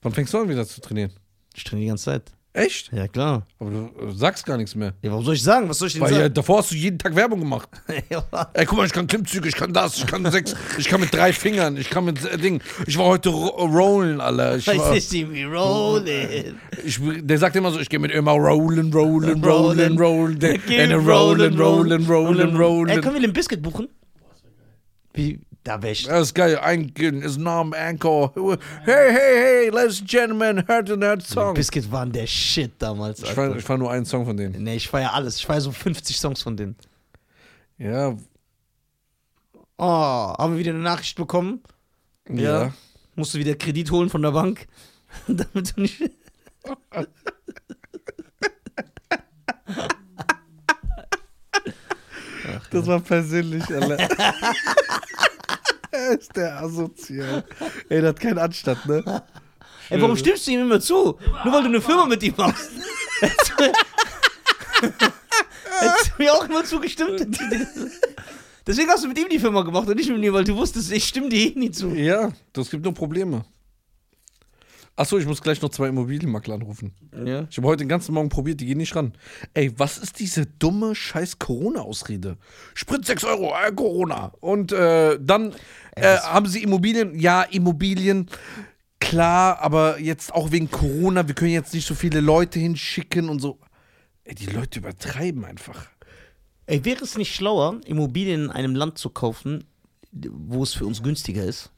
Wann fängst du an, wieder zu trainieren?
Ich trainiere die ganze Zeit.
Echt?
Ja, klar.
Aber du äh, sagst gar nichts mehr.
Ja, warum soll ich sagen? Was soll ich denn
Weil ja,
sagen?
davor hast du jeden Tag Werbung gemacht.
[LAUGHS] Ja.
Ey, guck mal, ich kann Klimmzüge, ich kann das, ich kann [LAUGHS] sechs, ich kann mit drei Fingern, ich kann mit äh, Ding. Ich war heute ro äh, rollen, Alter. Ich war,
Weiß ich nicht, wie
[LAUGHS]
rollen.
ich, der sagt immer so, ich gehe mit immer rollen, rollen, rollen,
Rollen.
rollen, de- and a rollen, rollen, rollen,
Ey,
rollen.
können wir den Biscuit buchen? Wie? Da wär ich.
Das ist geil, ein ist Name Anchor. Hey, hey, hey, ladies and gentlemen, hört den hört Song.
Biscuit waren der Shit damals.
Ich
Alter.
fand, ich fand nur einen Song von denen.
Nee, ich feier alles. Ich feier so 50 Songs von denen.
Ja,
Oh, haben wir wieder eine Nachricht bekommen?
ja.
Musst du wieder Kredit holen von der Bank? [LAUGHS] Damit du nicht.
Das war persönlich, Alter.
[LAUGHS]
Er ist der asozial. Ey, der hat keinen Anstand, ne?
Ey, warum stimmst du ihm immer zu? Nur weil du eine Firma mit ihm [LAUGHS] machst. Hättest du mir auch immer [LAUGHS] zugestimmt. Deswegen hast du mit ihm die Firma gemacht und nicht mit mir, weil du wusstest, ich stimme dir eh nie zu.
Ja, das gibt nur Probleme. Achso, ich muss gleich noch zwei Immobilienmakler anrufen.
Ja.
Ich habe heute den ganzen Morgen probiert, die gehen nicht ran. Ey, was ist diese dumme scheiß Corona-Ausrede? Sprit 6 Euro, äh, Corona. Und äh, dann äh, haben sie Immobilien. Ja, Immobilien, klar, aber jetzt auch wegen Corona, wir können jetzt nicht so viele Leute hinschicken und so. Ey, die Leute übertreiben einfach.
Ey, wäre es nicht schlauer, Immobilien in einem Land zu kaufen, wo es für uns günstiger ist?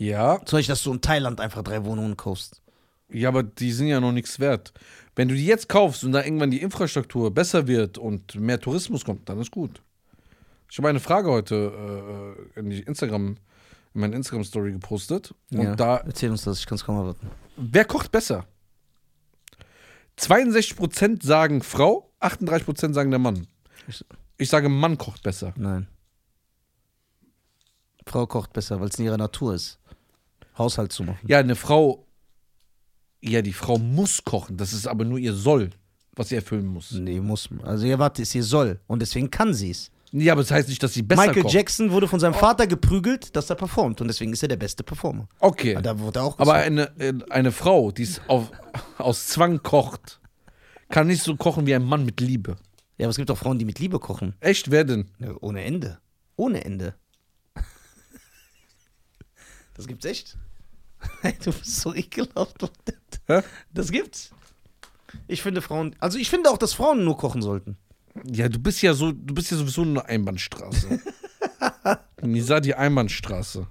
Ja,
Zum Beispiel, dass du in Thailand einfach drei Wohnungen kaufst.
ja, aber die sind ja noch nichts wert. Wenn du die jetzt kaufst und dann irgendwann die Infrastruktur besser wird und mehr Tourismus kommt, dann ist gut. Ich habe eine Frage heute äh, in die Instagram, in meine Instagram-Story gepostet. Und da,
Erzähl uns das, ich kann es kaum erwarten.
wer kocht besser? 62% sagen Frau, 38% sagen der Mann.
Ich-
Ich sage, Mann kocht besser.
Nein. Frau kocht besser, weil es in ihrer Natur ist, Haushalt zu machen.
Ja, eine Frau, ja, die Frau muss kochen. Das ist aber nur ihr Soll, was sie erfüllen muss.
Nee, muss man. Also, ja, warte, sie soll. Und deswegen kann sie es.
Ja, aber das heißt nicht, dass sie besser
Michael
kocht.
Jackson wurde von seinem
Oh.
Vater geprügelt, dass er performt. Und deswegen ist er der beste Performer.
Okay.
Aber Da wurde er auch
Aber
gesagt.
eine, äh, eine Frau, die es auf, aus Zwang kocht, kann nicht so kochen wie ein Mann mit Liebe.
Ja, aber es gibt auch Frauen, die mit Liebe kochen.
Echt, wer denn?
Ja, ohne Ende. Ohne
[LAUGHS]
Ende. Das gibt's echt? [LAUGHS] Ey, Du bist so ekelhaft. Mann.
Hä?
Das gibt's. Ich finde Frauen, also ich finde auch, dass Frauen nur kochen sollten.
Ja, du bist ja so, du bist ja sowieso eine [LAUGHS] Einbahnstraße. Nisa, die Einbahnstraße.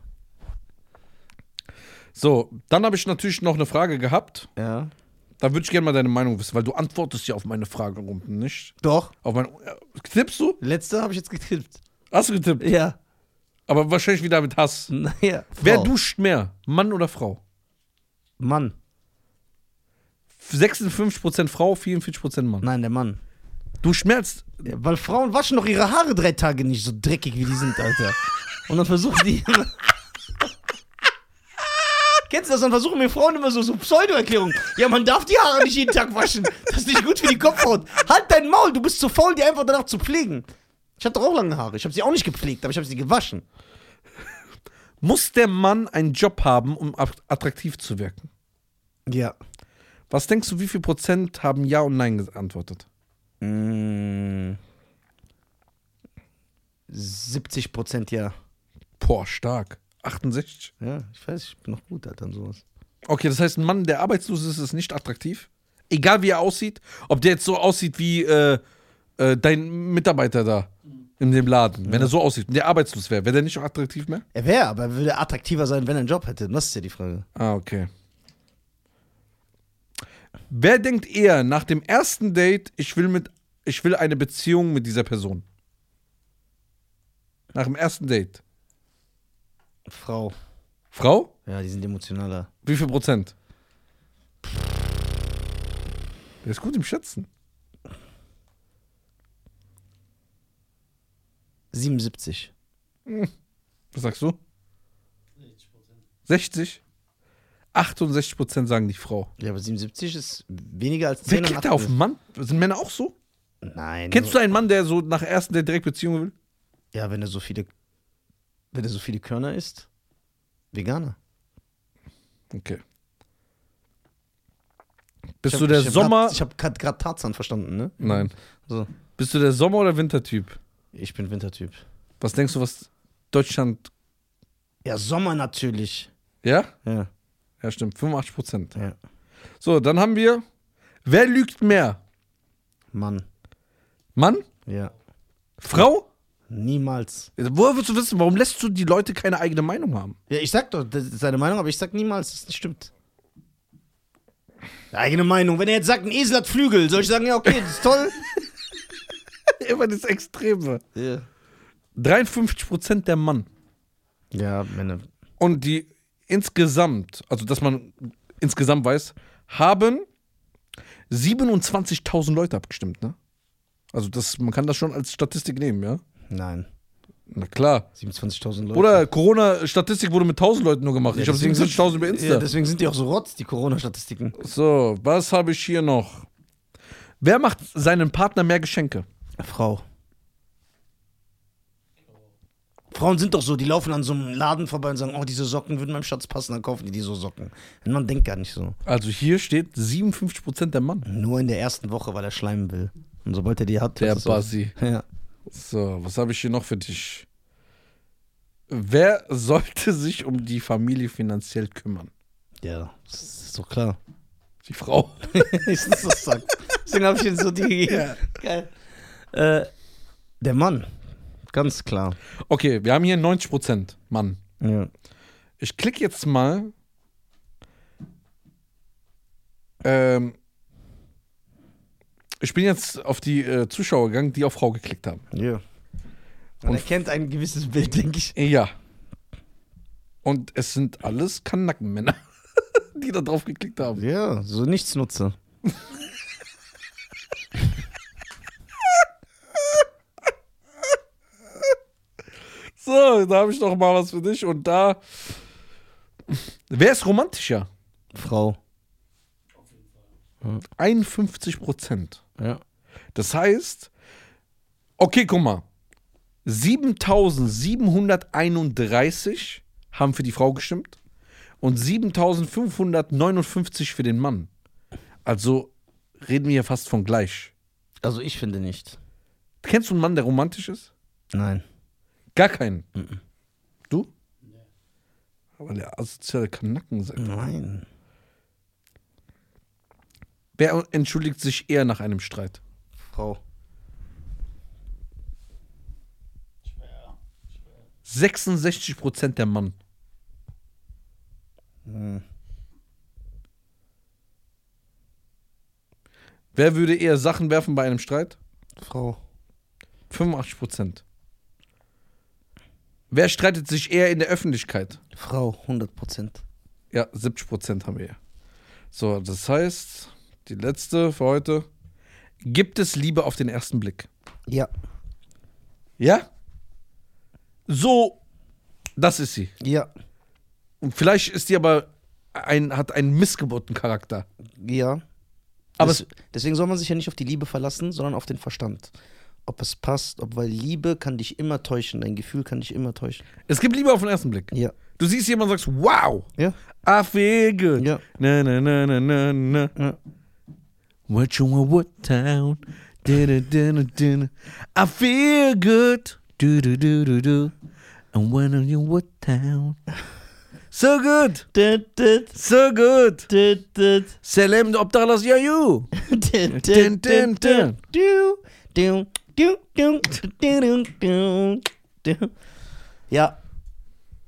So, dann habe ich natürlich noch eine Frage gehabt.
Ja.
Da würde ich gerne mal deine Meinung wissen, weil du antwortest ja auf meine Frage unten, nicht?
Doch.
Auf mein. Äh, tippst du?
Letzte habe ich jetzt getippt.
Hast du getippt?
[LAUGHS] Ja.
Aber wahrscheinlich wieder mit Hass.
Naja.
Wer
Frau.
duscht mehr? Mann oder Frau?
Mann.
56% Frau, 44% Mann.
Nein, der Mann.
Du schmerzt.
Ja, Weil Frauen waschen doch ihre Haare drei Tage nicht so dreckig, wie die sind, Alter. Und dann versuchen die. [LAUGHS] Kennst du das? Dann versuchen mir Frauen immer so, so Pseudo-Erklärungen. Ja, man darf die Haare nicht jeden Tag waschen. Das ist nicht gut für die Kopfhaut. Halt dein Maul, du bist zu faul, die einfach danach zu pflegen. Ich hatte doch auch lange Haare. Ich habe sie auch nicht gepflegt, aber ich habe sie gewaschen.
Muss der Mann einen Job haben, um at- attraktiv zu wirken?
Ja.
Was denkst du, wie viel Prozent haben Ja und Nein geantwortet?
Mm. 70 Prozent ja.
Boah, stark. 68.
Ja, ich weiß, ich bin noch gut, Alter, an sowas.
Okay, das heißt, ein Mann, der arbeitslos ist, ist nicht attraktiv. Egal wie er aussieht. Ob der jetzt so aussieht wie äh, äh, dein Mitarbeiter da in dem Laden. Wenn er so aussieht und der arbeitslos wäre, wäre der nicht attraktiv mehr?
Er wäre, aber er würde attraktiver sein, wenn er einen Job hätte. Das ist ja die Frage.
Ah, okay. Wer denkt eher nach dem ersten Date, ich will, mit, ich will eine Beziehung mit dieser Person? Nach dem ersten Date.
Frau.
Frau?
Ja, die sind emotionaler.
Wie viel Prozent? Der ist gut im Schätzen.
77.
Was sagst du? 60? 68 Prozent sagen die Frau.
Ja, aber 77 ist weniger als 10
Wer
und
klickt da auf
8.
Mann? Sind Männer auch so?
Nein.
Kennst du
nur-
einen Mann, der so nach ersten Date direkt Beziehung will?
Ja, wenn er so viele, wenn er so viele Körner isst, Veganer.
Okay. Bist
Ich
du
hab-
der
ich hab
Sommer?
Grad, ich habe gerade Tarzan verstanden, ne?
Nein.
So.
Bist du der Sommer- oder Wintertyp?
Ich bin Wintertyp.
Was denkst du, was Deutschland.
Ja, Sommer natürlich.
Ja?
Ja.
Ja, stimmt. 85 Prozent.
ja.
So, dann haben wir. Wer lügt mehr?
Mann.
Mann?
Ja.
Frau?
Niemals.
Woher willst du wissen, warum lässt du die Leute keine eigene Meinung haben? [LAUGHS]
Ja, ich sag doch, das ist seine Meinung, aber ich sag niemals, dass es nicht stimmt. Eigene Meinung. Wenn er jetzt sagt, ein Esel hat Flügel, soll ich sagen, ja, okay, das ist toll?
Immer das Extreme.
ja.
53% ne? der Mann.
Ja, meine.
Und die insgesamt, also dass man insgesamt weiß, haben 27.000 Leute abgestimmt, ne? Also das, man kann das schon als Statistik nehmen, ja?
Nein.
Na klar.
27.000 Leute.
Oder Corona-Statistik wurde mit 1.000 Leuten nur gemacht.
Ja,
ich habe
deswegen sind-
27.000 bei Insta.
Ja, deswegen sind die auch so rotz, die Corona-Statistiken.
so, was habe ich hier noch? Wer macht seinem Partner mehr Geschenke?
Frau. Frauen sind doch so, die laufen an so einem Laden vorbei und sagen, oh, diese Socken würden meinem Schatz passen, dann kaufen die die so Socken. Ein Mann denkt gar nicht so.
Also hier steht 57% der Mann.
Nur in der ersten Woche, weil er schleimen will. Und sobald er die hat,
Der
ist es so.
Basi.
Ja.
So, was habe ich hier noch für dich? Wer sollte sich um die Familie finanziell kümmern?
Ja, das ist doch klar. [LAUGHS]
Die Frau.
ist das so sagt. Deswegen habe ich ihn so die gegeben. Geil. Äh, der Mann. Ganz klar.
Okay, wir haben hier 90% Mann.
Ja.
Ich klicke jetzt mal. Ähm, ich bin jetzt auf die äh, Zuschauer gegangen, die auf Frau geklickt haben.
ja. Man erkennt ein gewisses Bild, [LAUGHS] denke ich.
Ja. Und es sind alles Kanackenmänner, [LAUGHS] die da drauf geklickt haben.
Ja, so Nichtsnutzer.
So, da habe ich noch mal was für dich. Und da. Wer ist romantischer?
Frau.
51 Prozent.
Ja.
Das heißt, okay, guck mal. 7731 haben für die Frau gestimmt und 7559 für den Mann. Also reden wir hier fast von gleich.
Also ich finde nicht.
Kennst du einen Mann, der romantisch ist?
Nein.
Gar keinen. Du? Aber der asoziale Kanacken sagt.
Nein.
Wer entschuldigt sich eher nach einem Streit?
Frau.
66% der Mann. Hm. Wer würde eher Sachen werfen bei einem Streit?
Frau.
85%. Wer streitet sich eher in der Öffentlichkeit?
Frau, 100 Prozent.
Ja, 70% haben wir hier. So, das heißt, die letzte für heute. Gibt es Liebe auf den ersten Blick?
Ja.
Ja? So, das ist sie.
Ja.
Und vielleicht ist die aber ein, hat einen Missgeburtencharakter.
Ja.
Aber
Des, deswegen soll man sich ja nicht auf die Liebe verlassen, sondern auf den Verstand. Ob es passt, ob weil Liebe kann dich immer täuschen, dein Gefühl kann dich immer täuschen.
Es gibt Liebe auf den ersten Blick.
Ja.
Du siehst jemanden und sagst, wow,
Ja.
I feel good.
Ja.
Na, na, na, na, na, na.
Ja.
What you want, what town? Da, da, da, da, da. I feel good. Do, do, do, do, do. And when are you what town? So good, so good. Selam Obdachlas ja you. Din, din, din.
[LAUGHS] Ja.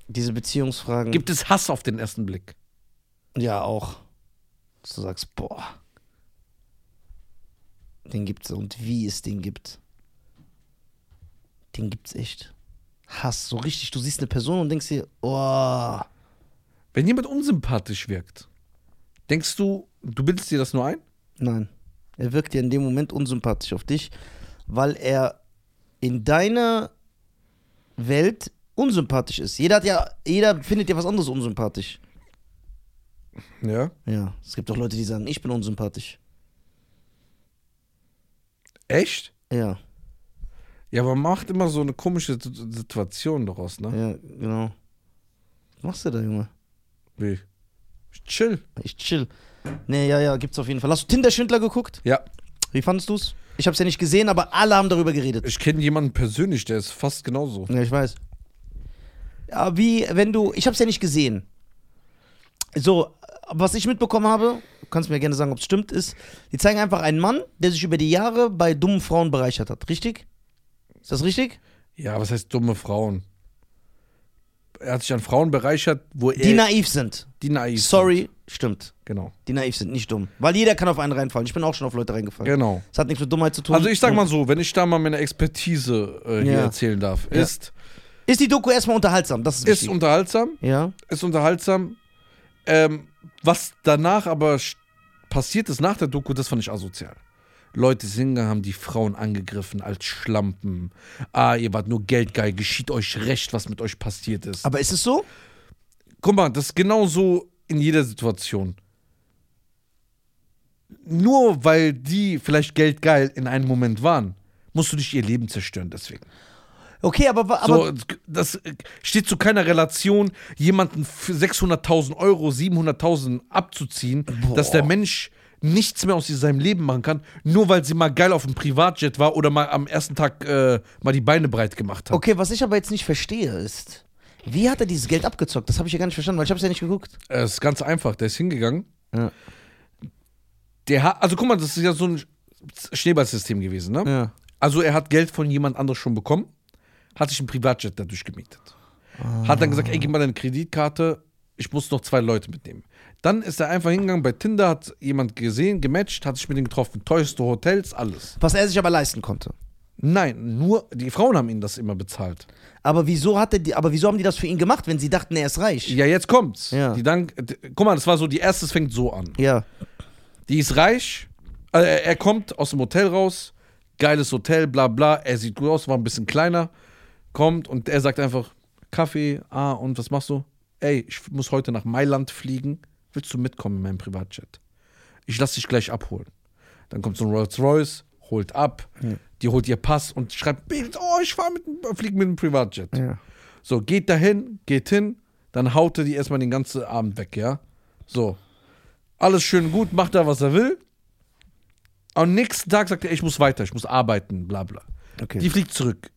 Diese Beziehungsfragen.
Gibt es Hass auf den ersten Blick?
Ja, auch. Dass du sagst, boah. Den gibt's und wie es den gibt. Den gibt's echt. Hass, so richtig. Du siehst eine Person und denkst dir, oh.
Wenn jemand unsympathisch wirkt, denkst du, du bildest dir das nur ein?
Nein. Er wirkt dir in dem Moment unsympathisch auf dich, weil er in deiner Welt unsympathisch ist. Jeder hat ja, jeder findet ja was anderes unsympathisch.
Ja?
Ja, es gibt auch Leute, die sagen, ich bin unsympathisch.
Echt?
Ja,
Ja, aber man macht immer so eine komische S- Situation daraus, ne?
ja, genau. Was machst du da, Junge?
Wie? Chill.
Ich chill. Nee, ja, ja, gibt's auf jeden Fall. Hast du Tinder-Schindler geguckt?
Ja,
Wie fandest du's? Ich hab's ja nicht gesehen, aber alle haben darüber geredet.
ich kenne jemanden persönlich, der ist fast genauso.
Ja, ich weiß. Ja, wie, wenn du. Ich hab's ja nicht gesehen. So, was ich mitbekommen habe, du kannst mir gerne sagen, ob's stimmt, ist, die zeigen einfach einen Mann, der sich über die Jahre bei dummen Frauen bereichert hat. Richtig? Ist das richtig?
Ja, was heißt dumme Frauen? Er hat sich an Frauen bereichert, wo er.
Die naiv sind.
die naiv.
Sorry, stimmt.
Genau.
Die naiv sind, nicht dumm. Weil jeder kann auf einen reinfallen. Ich bin auch schon auf Leute reingefallen.
Genau.
Das hat nichts mit Dummheit zu tun.
Also ich sag mal so, wenn ich da mal meine Expertise äh, hier
Ja.
erzählen darf,
Ja.
ist,
Ist die Doku erstmal unterhaltsam? Das ist
ist
wichtig.
unterhaltsam,
ja.
ist unterhaltsam. Ähm, was danach aber sch- passiert ist nach der Doku, das fand ich asozial. Leute sind hingegangen, haben die Frauen angegriffen als Schlampen. Ah, ihr wart nur geldgeil, geschieht euch recht, was mit euch passiert ist.
Aber ist es so?
Guck mal, das ist genauso in jeder Situation. Nur weil die vielleicht geldgeil in einem Moment waren, musst du nicht ihr Leben zerstören deswegen.
Okay, aber, aber
So, das äh, steht zu keiner Relation, jemanden für 600.000 Euro, 700.000 abzuziehen, dass der Mensch nichts mehr aus seinem Leben machen kann, nur weil sie mal geil auf dem Privatjet war oder mal am ersten Tag äh, mal die Beine breit gemacht hat.
okay, was ich aber jetzt nicht verstehe ist, wie hat er dieses Geld abgezockt? Das habe ich ja gar nicht verstanden, weil ich habe es ja nicht geguckt.
Äh, ist ganz einfach, der ist hingegangen.
Ja.
Der hat, also guck mal, das ist ja so ein Schneeballsystem gewesen, ne?
Ja.
Also er hat Geld von jemand anderem schon bekommen, hat sich einen Privatjet dadurch gemietet. Hat dann gesagt, ey, gib mal deine Kreditkarte, ich muss noch zwei Leute mitnehmen. Dann ist er einfach hingegangen bei Tinder, hat jemand gesehen, gematcht, hat sich mit ihm getroffen, teuerste Hotels, alles.
Was er sich aber leisten konnte.
Nein, nur die Frauen haben ihn das immer bezahlt.
Aber wieso hat er die, aber wieso haben die das für ihn gemacht, wenn sie dachten, er ist reich?
Ja, jetzt kommt's.
Ja.
Die Dank, d- guck mal, das war so, die erste, es fängt so an.
Ja.
Die ist reich, äh, er- er kommt aus dem Hotel raus, geiles Hotel, bla bla, er sieht gut aus, war ein bisschen kleiner, kommt und er sagt einfach, Kaffee, ah und was machst du? Ey, ich muss heute nach Mailand fliegen, willst du mitkommen in meinem Privatjet? Ich lass dich gleich abholen. Dann kommt so ein Rolls Royce, holt ab, die holt ihr Pass und schreibt, Bild, oh, ich fahr mit, dem- flieg mit dem Privatjet.
Ja.
So, geht dahin, geht hin, dann haut er die erstmal den ganzen Abend weg, ja? So. Alles schön gut, macht da, was er will. Am nächsten Tag sagt er, ich muss weiter, ich muss arbeiten, bla bla.
Okay.
Die fliegt zurück.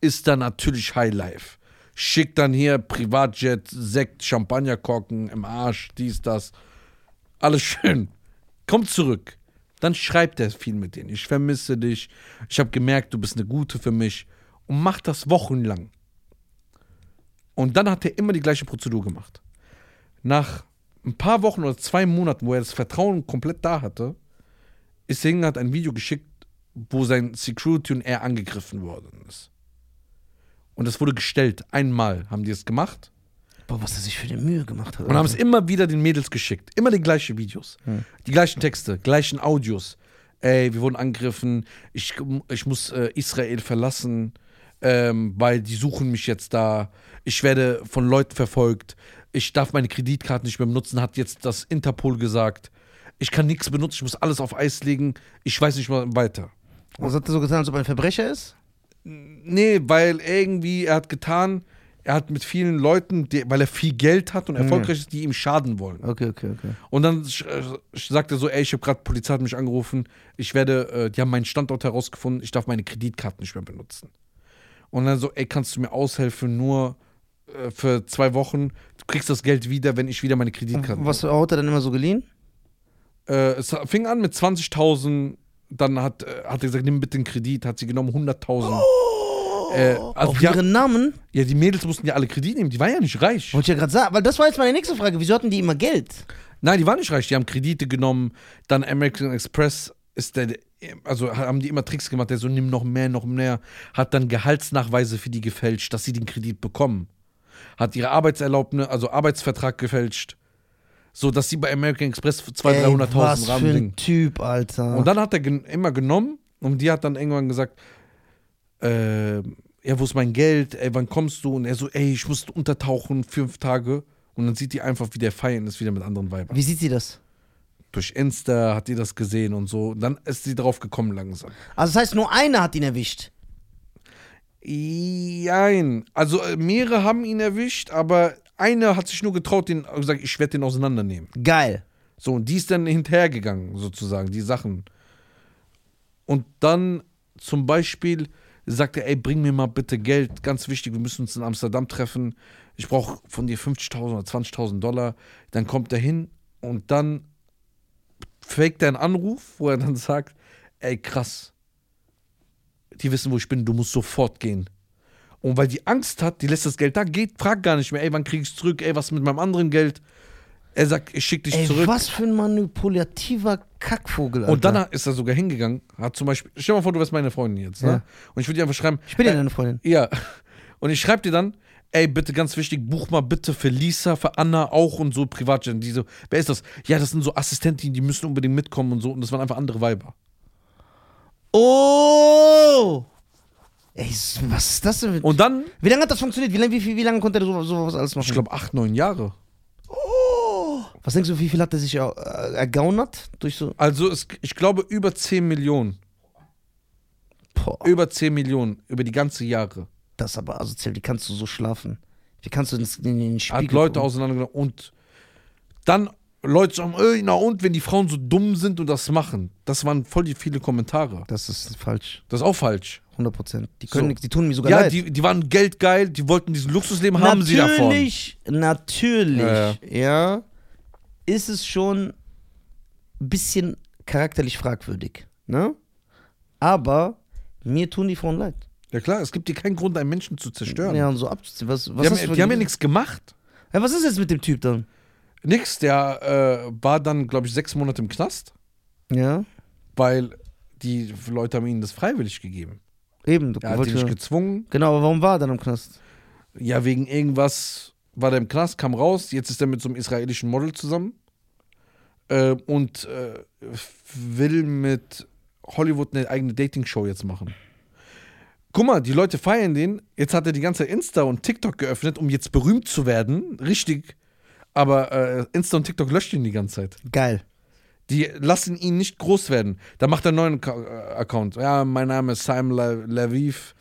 Ist dann natürlich High Life. Schickt dann hier Privatjet, Sekt, Champagnerkorken im Arsch, dies, das. Alles schön. Kommt zurück. Dann schreibt er viel mit denen. Ich vermisse dich. Ich habe gemerkt, du bist eine gute für mich. Und macht das wochenlang. Und dann hat er immer die gleiche Prozedur gemacht. Nach ein paar Wochen oder zwei Monaten, wo er das Vertrauen komplett da hatte, ist er hingegangen, hat ein Video geschickt, wo sein Security und er angegriffen worden ist. Und das wurde gestellt. Einmal haben die es gemacht
Boah, was er sich für eine Mühe gemacht hat.
und haben es immer wieder den Mädels geschickt. Immer die gleichen Videos, die gleichen Texte, gleichen Audios. Ey, wir wurden angegriffen, ich, ich muss äh, Israel verlassen, ähm, weil die suchen mich jetzt da. Ich werde von Leuten verfolgt. Ich darf meine Kreditkarte nicht mehr benutzen, hat jetzt das Interpol gesagt. Ich kann nichts benutzen, ich muss alles auf Eis legen. Ich weiß nicht mal weiter.
was hat er so getan, als ob er ein Verbrecher ist?
Nee, weil irgendwie, er hat getan, er hat mit vielen Leuten, die, weil er viel Geld hat und erfolgreich ist, die ihm schaden wollen.
Okay, okay, okay.
Und dann sch- äh, sch- sagt er so, ey, ich habe gerade Polizei hat mich angerufen, ich werde, äh, die haben meinen Standort herausgefunden, ich darf meine Kreditkarte nicht mehr benutzen. Und dann so, ey, kannst du mir aushelfen, nur äh, für zwei Wochen, du kriegst das Geld wieder, wenn ich wieder meine Kreditkarte.
Was hat er dann immer so geliehen?
Äh, es fing an mit 20.000, dann hat, äh, hat er gesagt, nimm bitte den Kredit, hat sie genommen 100.000. Äh, also
Auf
die, haben-
ihren Namen?
ja, die Mädels mussten ja alle Kredit nehmen, die waren ja nicht reich.
Wollte ich ja gerade sagen, weil das war jetzt meine nächste Frage. Wieso hatten die immer Geld?
Nein, die waren nicht reich. Die haben Kredite genommen. Dann American Express ist der, also haben die immer Tricks gemacht. Der so, nimm noch mehr, noch mehr. Hat dann Gehaltsnachweise für die gefälscht, dass sie den Kredit bekommen. Hat ihre Arbeitserlaubnis, also Arbeitsvertrag gefälscht. So, dass sie bei American Express für 200.000, 300.000
Was für
Rahmending.
ein Typ, Alter.
Und dann hat er gen immer genommen und die hat dann irgendwann gesagt, äh, ja, wo ist mein Geld? Ey, wann kommst du? Und er so, ey, ich muss untertauchen, fünf Tage. Und dann sieht die einfach, wie der feiern ist, wieder mit anderen Weibern.
Wie sieht sie das?
Durch Insta hat die das gesehen und so. Und dann ist sie drauf gekommen langsam.
Also das heißt, nur einer hat ihn erwischt.
Jein. Also äh, mehrere haben ihn erwischt, aber eine hat sich nur getraut, den gesagt, ich werde den auseinandernehmen.
Geil.
So, und die ist dann hinterhergegangen, sozusagen, die Sachen. Und dann zum Beispiel sagt er, ey, bring mir mal bitte Geld, ganz wichtig, wir müssen uns in Amsterdam treffen. Ich brauche von dir 50.000 oder 20.000 Dollar. Dann kommt er hin und dann faked er einen Anruf, wo er dann sagt, ey, krass, die wissen, wo ich bin, du musst sofort gehen. Und weil die Angst hat, die lässt das Geld da, geht, fragt gar nicht mehr, ey, wann krieg ich's zurück, ey, was mit meinem anderen Geld? Er sagt, ich schick dich
Ey,
zurück.
was für ein manipulativer Kackvogel, Alter.
Und dann ist er sogar hingegangen, hat zum Beispiel, stell dir mal vor, du wärst meine Freundin jetzt, ne?
Ja.
Und ich würde dir einfach schreiben,
Ich bin ja deine Freundin.
ja. Und ich schreibe dir dann, ey, bitte ganz wichtig, buch mal bitte für Lisa, für Anna auch und so Privatjet. Die so, wer ist das? Ja, das sind so Assistentinnen, die müssen unbedingt mitkommen und so. Und das waren einfach andere Weiber.
Oh! Ey, s- was ist das denn?
Und dann,
wie lange hat das funktioniert? Wie lange, wie, viel- wie lange konnte er so, sowas alles machen?
ich glaube, acht, neun Jahre.
Oh! Was denkst du, wie viel hat er sich äh, ergaunert? Durch so.
Also, es, ich glaube, über 10 Millionen.
Boah,
Über 10 Millionen, über die ganze Jahre.
das aber asozial, wie kannst du so schlafen? Wie kannst du ins, in den Spiegel
Hat Leute
gucken?
auseinandergenommen. Und dann Leute sagen, ey, na und, wenn die Frauen so dumm sind und das machen. Das waren voll die viele Kommentare.
Das ist falsch.
Das ist auch falsch.
100 Prozent. Die können
So.
nix, die tun mir sogar
Ja,
leid.
die, die waren geldgeil, die wollten diesen Luxusleben, haben sie davon.
Natürlich, natürlich,
Ja,
ja, ist es schon ein bisschen charakterlich fragwürdig, ne? Aber mir tun die Frauen leid.
Ja klar, es gibt dir keinen Grund, einen Menschen zu zerstören.
Ja, und so abzuziehen. Was, was
die
hast du
haben, die haben ja
ja,
nichts gemacht.
was ist jetzt mit dem Typ dann?
Nix, der äh, war dann, glaube ich, sechs Monate im Knast,
Ja,
weil die Leute haben ihnen das freiwillig gegeben.
eben. Du
Er hat sie
wolltest
nicht
ja-
gezwungen.
genau, aber warum war er dann im Knast?
Ja, wegen irgendwas war der im Knast, kam raus. Jetzt ist er mit so einem israelischen Model zusammen äh, und äh, will mit Hollywood eine eigene Dating-Show jetzt machen. Guck mal, die Leute feiern den. Jetzt hat er die ganze Zeit Insta und TikTok geöffnet, um jetzt berühmt zu werden. Richtig. Aber äh, Insta und TikTok löscht ihn die ganze Zeit.
Geil.
Die lassen ihn nicht groß werden. Da macht er einen neuen Ka- äh, Account. Ja, mein Name ist Simon La- Laviv.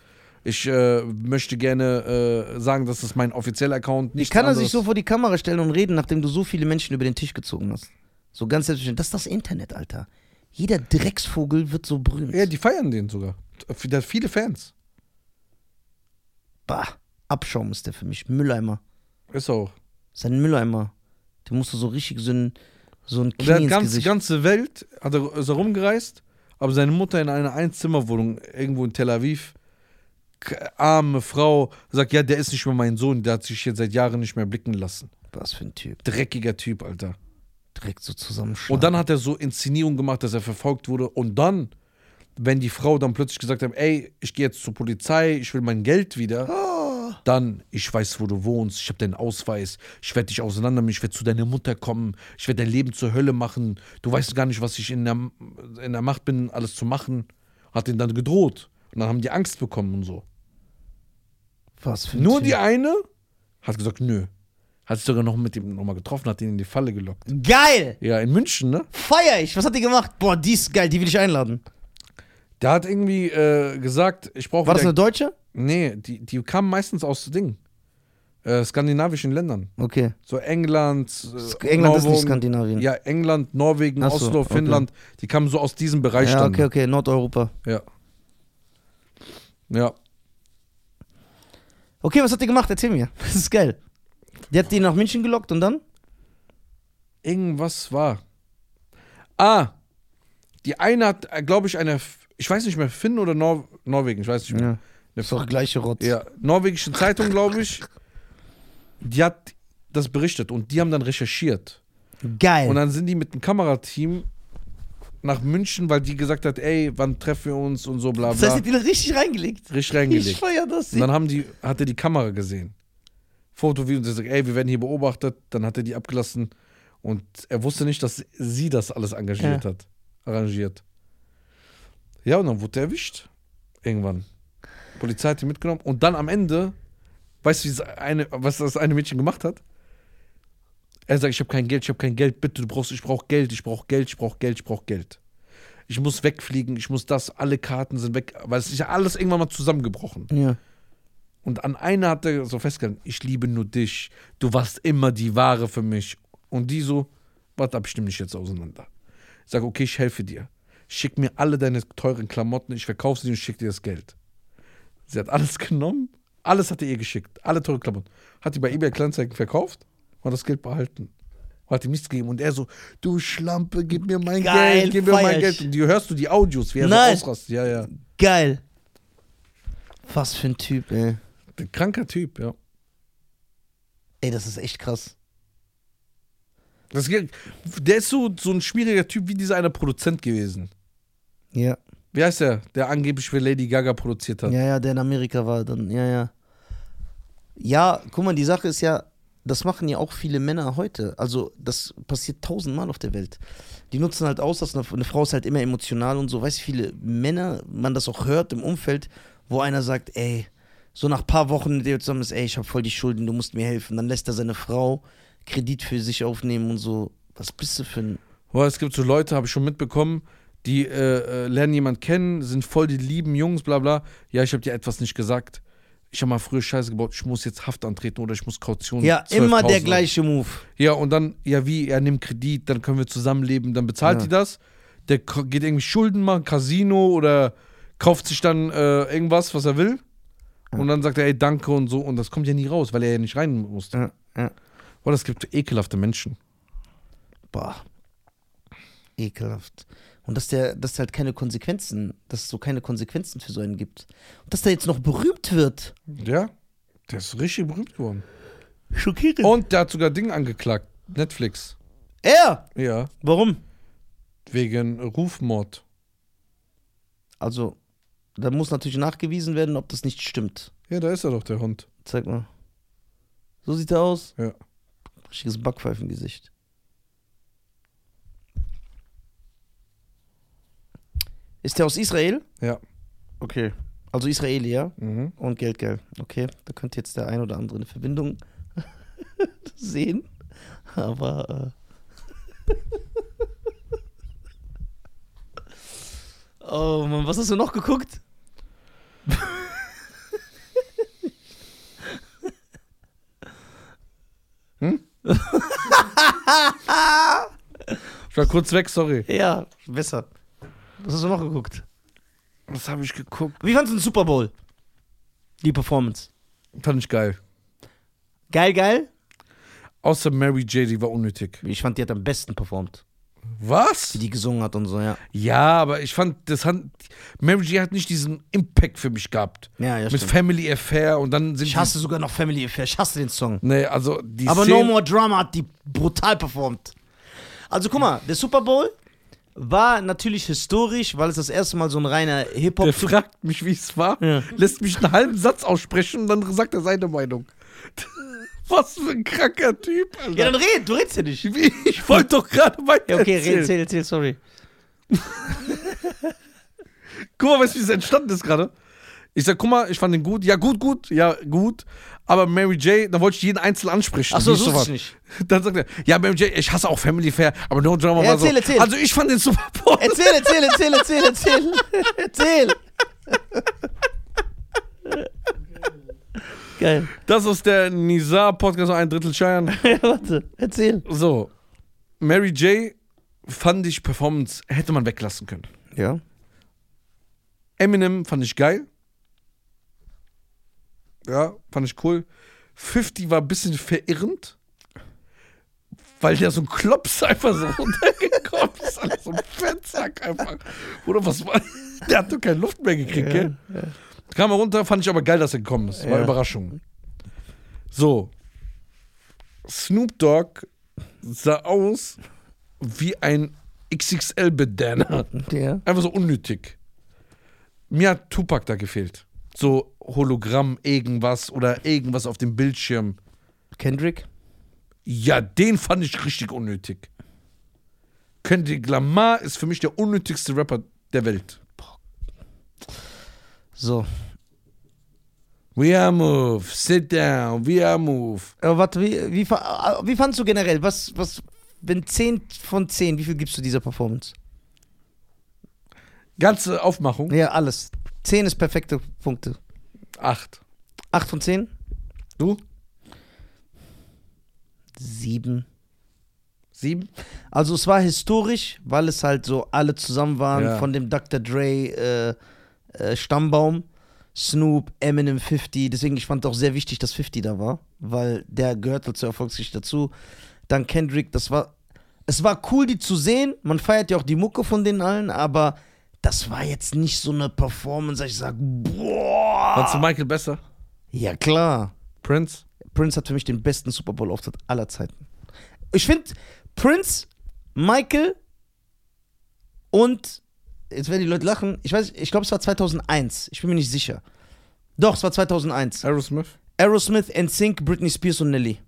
Ich äh, möchte gerne äh, sagen, dass das mein offizieller Account
Wie
nicht
kann er sich so vor die Kamera stellen und reden, nachdem du so viele Menschen über den Tisch gezogen hast? So ganz selbstverständlich. Das ist das Internet, Alter. Jeder Drecksvogel wird so berühmt.
Ja, die feiern den sogar. Der hat viele Fans.
Bah, Abschaum ist der für mich. Mülleimer.
Ist auch.
Sein Mülleimer. Der musste so richtig so ein, so ein
Und der
Knie
hat
ins
ganz,
Gesicht.
ganze Welt, hat er, ist er rumgereist, aber seine Mutter in einer Einzimmerwohnung irgendwo in Tel Aviv, k- arme Frau, sagt, ja, der ist nicht mehr mein Sohn, der hat sich jetzt seit Jahren nicht mehr blicken lassen.
Was für ein Typ.
Dreckiger Typ, Alter.
Direkt so zusammenschlagen.
Und dann hat er so Inszenierung gemacht, dass er verfolgt wurde. Und dann, wenn die Frau dann plötzlich gesagt hat, ey, ich gehe jetzt zur Polizei, ich will mein Geld wieder, dann, ich weiß, wo du wohnst, ich habe deinen Ausweis, ich werde dich auseinandernehmen, ich werde zu deiner Mutter kommen, ich werde dein Leben zur Hölle machen, du weißt gar nicht, was ich in der, in der Macht bin, alles zu machen. Hat ihn dann gedroht. Und dann haben die Angst bekommen und so.
Was für ein
Nur
Typ.
die eine hat gesagt, nö. Hat sich sogar noch mit ihm nochmal getroffen, hat ihn in die Falle gelockt.
Geil!
Ja, in München, ne?
Feier ich! Was hat die gemacht? Boah, die ist geil, die will ich einladen.
Der hat irgendwie äh, gesagt, ich brauche
War das
wieder.
eine Deutsche?
nee, die, die kamen meistens aus Ding. Äh, skandinavischen Ländern.
Okay.
So England.
Sk-
äh,
England ist nicht
Norwegen.
Skandinavien.
Ja, England, Norwegen,
Ach so,
Oslo,
okay.
Finnland. Die kamen so aus diesem Bereich
Ja,
dann.
okay, okay, Nordeuropa.
Ja. Ja.
Okay, was hat die gemacht? Erzähl mir. [LAUGHS] Das ist geil. Die hat die nach München gelockt und dann?
Irgendwas war. Ah! Die eine hat, glaube ich, eine. F- Ich weiß nicht mehr, Finn oder Nor Norwegen, ich weiß nicht mehr.
Ja. Das ist doch gleiche Rotz.
Ja, norwegische Zeitung, glaube ich. Die hat das berichtet und die haben dann recherchiert.
Geil.
Und dann sind die mit dem Kamerateam nach München, weil die gesagt hat, ey, wann treffen wir uns und so bla
das heißt,
bla.
die hat die da richtig reingelegt.
Richtig
Ich
reingelegt.
feier das.
Und dann haben die, hat er die Kamera gesehen. Foto, wie und sie sagt, ey, wir werden hier beobachtet. Dann hat er die abgelassen und er wusste nicht, dass sie das alles engagiert
Ja.
hat. Arrangiert. Ja, und dann wurde er erwischt. Irgendwann. Polizei hat ihn mitgenommen und dann am Ende, weißt du, dieses eine, was das eine Mädchen gemacht hat? Er sagt, ich habe kein Geld, ich habe kein Geld, bitte, du brauchst, ich brauche Geld, ich brauche Geld, ich brauche Geld, ich brauche Geld. Ich muss wegfliegen, ich muss das, alle Karten sind weg, weil es ist ja alles irgendwann mal zusammengebrochen.
Ja.
Und an einer hat er so festgehalten, ich liebe nur dich, du warst immer die Ware für mich. Und die so, warte ab, ich nehm dich jetzt auseinander. Ich sage, okay, ich helfe dir. Schick mir alle deine teuren Klamotten, ich verkaufe sie und schick dir das Geld. Sie hat alles [LAUGHS] genommen, alles hat er ihr geschickt, alle teuren Klamotten. Hat die bei eBay Kleinanzeigen verkauft und hat das Geld behalten. Und hat ihm nichts gegeben. Und er so, du Schlampe, gib mir mein
Geil,
Geld, gib mir
feier
mein
ich.
Geld. Und die hörst du die Audios, wie er
Nein.
so ausrastet. Ja, ja.
Geil. Was für ein Typ, ey.
Ein kranker Typ, ja.
Ey, das ist echt krass.
Das, geht- der ist so, so ein schwieriger Typ wie dieser eine Produzent gewesen.
Ja.
Wie heißt der? Der angeblich für Lady Gaga produziert hat.
Ja, ja, der in Amerika war dann, ja, ja. Ja, guck mal, die Sache ist ja, das machen ja auch viele Männer heute. Also, das passiert tausendmal auf der Welt. Die nutzen halt aus, dass eine, eine Frau ist halt immer emotional und so. Weißt du, viele Männer, man das auch hört im Umfeld, wo einer sagt, ey, so nach paar Wochen mit dir zusammen ist, ey, ich hab voll die Schulden, du musst mir helfen. Dann lässt er seine Frau Kredit für sich aufnehmen und so. Was bist du für ein.
Boah, Oh, es gibt so Leute, habe ich schon mitbekommen, die äh, äh, lernen jemanden kennen, sind voll die lieben Jungs, bla bla. Ja, ich habe dir etwas nicht gesagt. Ich habe mal früher Scheiße gebaut, ich muss jetzt Haft antreten oder ich muss Kaution.
Ja, immer
12.000
der
Euro.
gleiche Move.
Ja, und dann, ja wie, er nimmt Kredit, dann können wir zusammenleben, dann bezahlt
Ja.
die das. Der ko- geht irgendwie Schulden machen, Casino oder kauft sich dann äh, irgendwas, was er will. Und dann sagt er, ey, danke und so. Und das kommt ja nie raus, weil er ja nicht rein muss.
Ja, ja.
Boah, das gibt ekelhafte Menschen.
Boah. Ekelhaft. Und dass der, dass der halt keine Konsequenzen, dass es so keine Konsequenzen für so einen gibt. Und dass der jetzt noch berühmt wird.
Ja, der ist richtig berühmt geworden.
Schockierend.
Und der hat sogar Ding angeklagt. Netflix.
er!
Ja.
Warum?
Wegen Rufmord.
Also, da muss natürlich nachgewiesen werden, ob das nicht stimmt.
Ja, da ist er doch, der Hund.
Zeig mal. So sieht er aus.
Ja.
Richtiges Backpfeifengesicht. Ist der aus Israel?
Ja.
Okay. Also Israeli, ja?
Mhm.
Und Geldgeil. Okay, da könnte jetzt der ein oder andere eine Verbindung [LAUGHS] sehen. Aber. Äh oh Mann, was hast du noch geguckt?
Ich war kurz weg, sorry.
Ja, besser. Was hast du noch geguckt?
Was habe ich geguckt?
Wie fandst du den Super Bowl? Die Performance.
Fand ich geil.
Geil, geil?
Außer Mary J., die war unnötig.
Ich fand, die hat am besten performt.
Was?
Wie die gesungen hat und so, ja.
Ja, aber ich fand, das hat, Mary J. hat nicht diesen Impact für mich gehabt.
Ja, ja,
Mit
stimmt.
Family Affair und dann sind
Ich hasse sogar noch Family Affair. Ich hasse den Song.
die, Nee, also die
Aber No
Szenen-
More Drama hat die brutal performt. Also guck mal, der Super Bowl war natürlich historisch, weil es das erste Mal so ein reiner
Der
Hip-Hop.
fragt mich, wie es war,
Ja.
lässt mich einen halben Satz aussprechen und dann sagt er seine Meinung. [LAUGHS] Was für ein kranker Typ, Alter.
Ja, dann red, du redst ja nicht.
Wie? [LAUGHS] Ich wollte doch gerade weiter
Ja, okay, red,
erzählen.
erzähl, erzähl, sorry.
Guck mal, weißt du, wie das entstanden ist gerade? Ich sag, guck mal, ich fand den gut. Ja, gut, gut, ja, gut. Aber Mary J., dann wollte ich jeden einzeln ansprechen.
Ach so,
Wie es
so ist
war.
es nicht.
Dann sagt er, ja, Mary J., ich hasse auch Family Fair, aber No Drama
Ja,
war so.
erzähl, erzähl.
Also ich fand den super Bowl.
Erzähl, erzähl, erzähl, erzähl, erzähl. Erzähl. Geil. [LAUGHS]
Das ist der Nizar-Podcast, ein Drittel Scheiern.
Ja, warte, erzähl.
So, Mary J. fand ich Performance, hätte man weglassen können.
Ja.
Eminem fand ich geil. Ja, fand ich cool. 50 war ein bisschen verirrend, weil der so ein Klops einfach so [LAUGHS] runtergekommen ist. Alter, so ein Fettsack einfach. Oder was war [LAUGHS] Der hat doch keine Luft mehr gekriegt, gell? Kam er runter, fand ich aber geil, dass er gekommen ist. War
Ja.
Überraschung. So. Snoop Dogg sah aus wie ein XXL-Bedana.
Ja.
Einfach so unnötig. Mir hat Tupac da gefehlt. So Hologramm, irgendwas oder irgendwas auf dem Bildschirm.
Kendrick?
Ja, den fand ich richtig unnötig. Kendrick Lamar ist für mich der unnötigste Rapper der Welt.
So.
We are move, sit down, we are move.
Aber Äh, warte, wie, wie, fa- äh, wie fandst du generell? Was, was, wenn 10 von 10, wie viel gibst du dieser Performance?
Ganze Aufmachung?
Ja, alles. 10 ist perfekte Punkte.
Acht.
8 von 10?
Du?
7.
Sieben?
Also es war historisch, weil es halt so alle zusammen waren
Ja.
von dem Dr. Dre äh, äh, Stammbaum, Snoop, Eminem, 50. Deswegen ich fand auch sehr wichtig, dass 50 da war, weil der gehört halt zur Erfolgsgeschichte dazu. Dann Kendrick, das war es war cool, die zu sehen. Man feiert ja auch die Mucke von denen allen, aber das war jetzt nicht so eine Performance, dass ich sage, boah. Ah.
Fandst du Michael besser?
Ja klar.
Prince?
Prince hat für mich den besten Super Bowl Auftritt aller Zeiten. Ich finde Prince, Michael und jetzt werden die Leute lachen. Ich weiß, ich glaube es war 2001. Ich bin mir nicht sicher. Doch, es war 2001.
Aerosmith?
Aerosmith, NSYNC, Britney Spears und Nelly.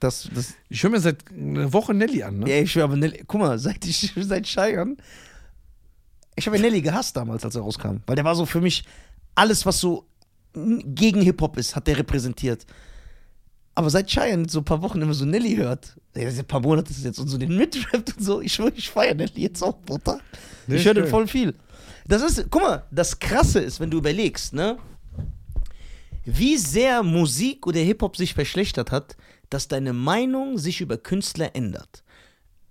Das, das,
Ich höre mir seit einer Woche Nelly an, ne?
ja, ich schwör, aber Nelly, guck mal, seit ich [LAUGHS] seit Scheiern. Ich habe ja Nelly gehasst damals, als er rauskam, weil der war so für mich alles, was so n- gegen Hip-Hop ist, hat der repräsentiert. Aber seit Cheyenne so ein paar Wochen immer so Nelly hört, ja, seit ein paar Monate ist es jetzt und so den mitrappt und so, ich schwöre, ich feiere Nelly jetzt auch, Bruder.
Nee,
ich höre den
stimmt.
voll viel. Das ist, guck mal, das Krasse ist, wenn du überlegst, ne, wie sehr Musik oder Hip-Hop sich verschlechtert hat, dass deine Meinung sich über Künstler ändert.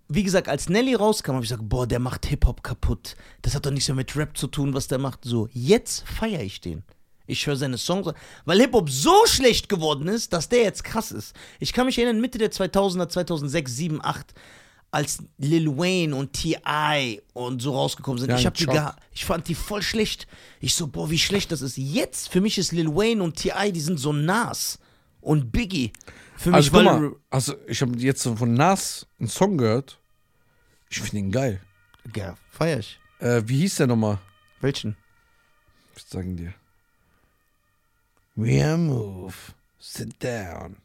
Wie gesagt, als Nelly rauskam, habe ich gesagt, boah, der macht Hip-Hop kaputt. Das hat doch nichts mehr mit Rap zu tun, was der macht. So, jetzt feiere ich den. Ich höre seine Songs, weil Hip-Hop so schlecht geworden ist, dass der jetzt krass ist. Ich kann mich erinnern, Mitte der 2000er, 2006, 7, 8, als Lil Wayne und T.I. und so rausgekommen sind.
Ja,
ich
ein
habe die
Schock.
gehabt. Ich fand die voll schlecht. Ich so, boah, wie schlecht das ist. Jetzt, für mich ist Lil Wayne und T.I., die sind so Nas und Biggie. Für
Also,
mich,
guck
weil
mal, also ich habe jetzt so von Nas einen Song gehört. Ich finde ihn geil.
Ja, feier ich.
Äh, wie hieß der nochmal?
Welchen?
Ich würd sagen dir. We are move, sit down.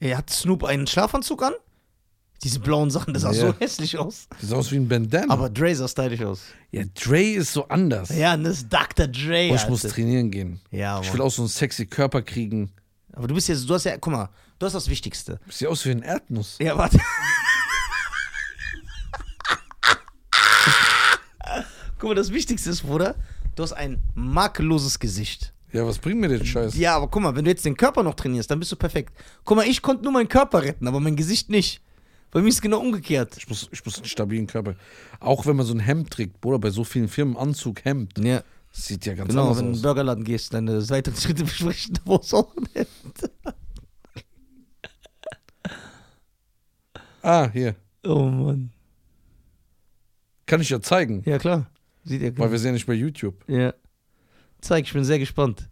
Er hat Snoop einen Schlafanzug an? Diese blauen Sachen, das sah
Ja.
so hässlich aus.
Sieht aus wie ein Bandana.
Aber Dre sah stylisch aus.
ja, Dre ist so anders.
Ja, und das ist Dr. Dre.
Boah, ich muss
Alter.
trainieren gehen.
Ja,
Ich will
Mann.
auch so einen sexy Körper kriegen.
Aber du bist ja, du hast ja, guck mal, du hast das Wichtigste.
Sieht aus wie ein Erdnuss.
[LAUGHS] Ja, warte. guck mal, das Wichtigste ist, Bruder, du hast ein makelloses Gesicht.
Ja, was bringt mir den Scheiß?
Ja, aber guck mal, wenn du jetzt den Körper noch trainierst, dann bist du perfekt. Guck mal, ich konnte nur meinen Körper retten, aber mein Gesicht nicht. Bei mir ist es genau umgekehrt.
Ich muss, ich muss einen stabilen Körper. Auch wenn man so ein Hemd trägt, Bruder, bei so vielen Firmen Anzug, Hemd.
Ja.
Das sieht ja ganz
Genau,
anders
wenn du in den
aus.
Burgerladen gehst, deine weiteren Schritte [LAUGHS] besprechen, wo es auch nicht.
Ah, hier.
Oh Mann.
Kann ich ja zeigen,
Ja, klar. Sieht ja
weil
klar.
wir sind ja nicht bei YouTube.
Ja. Zeig, ich bin sehr gespannt.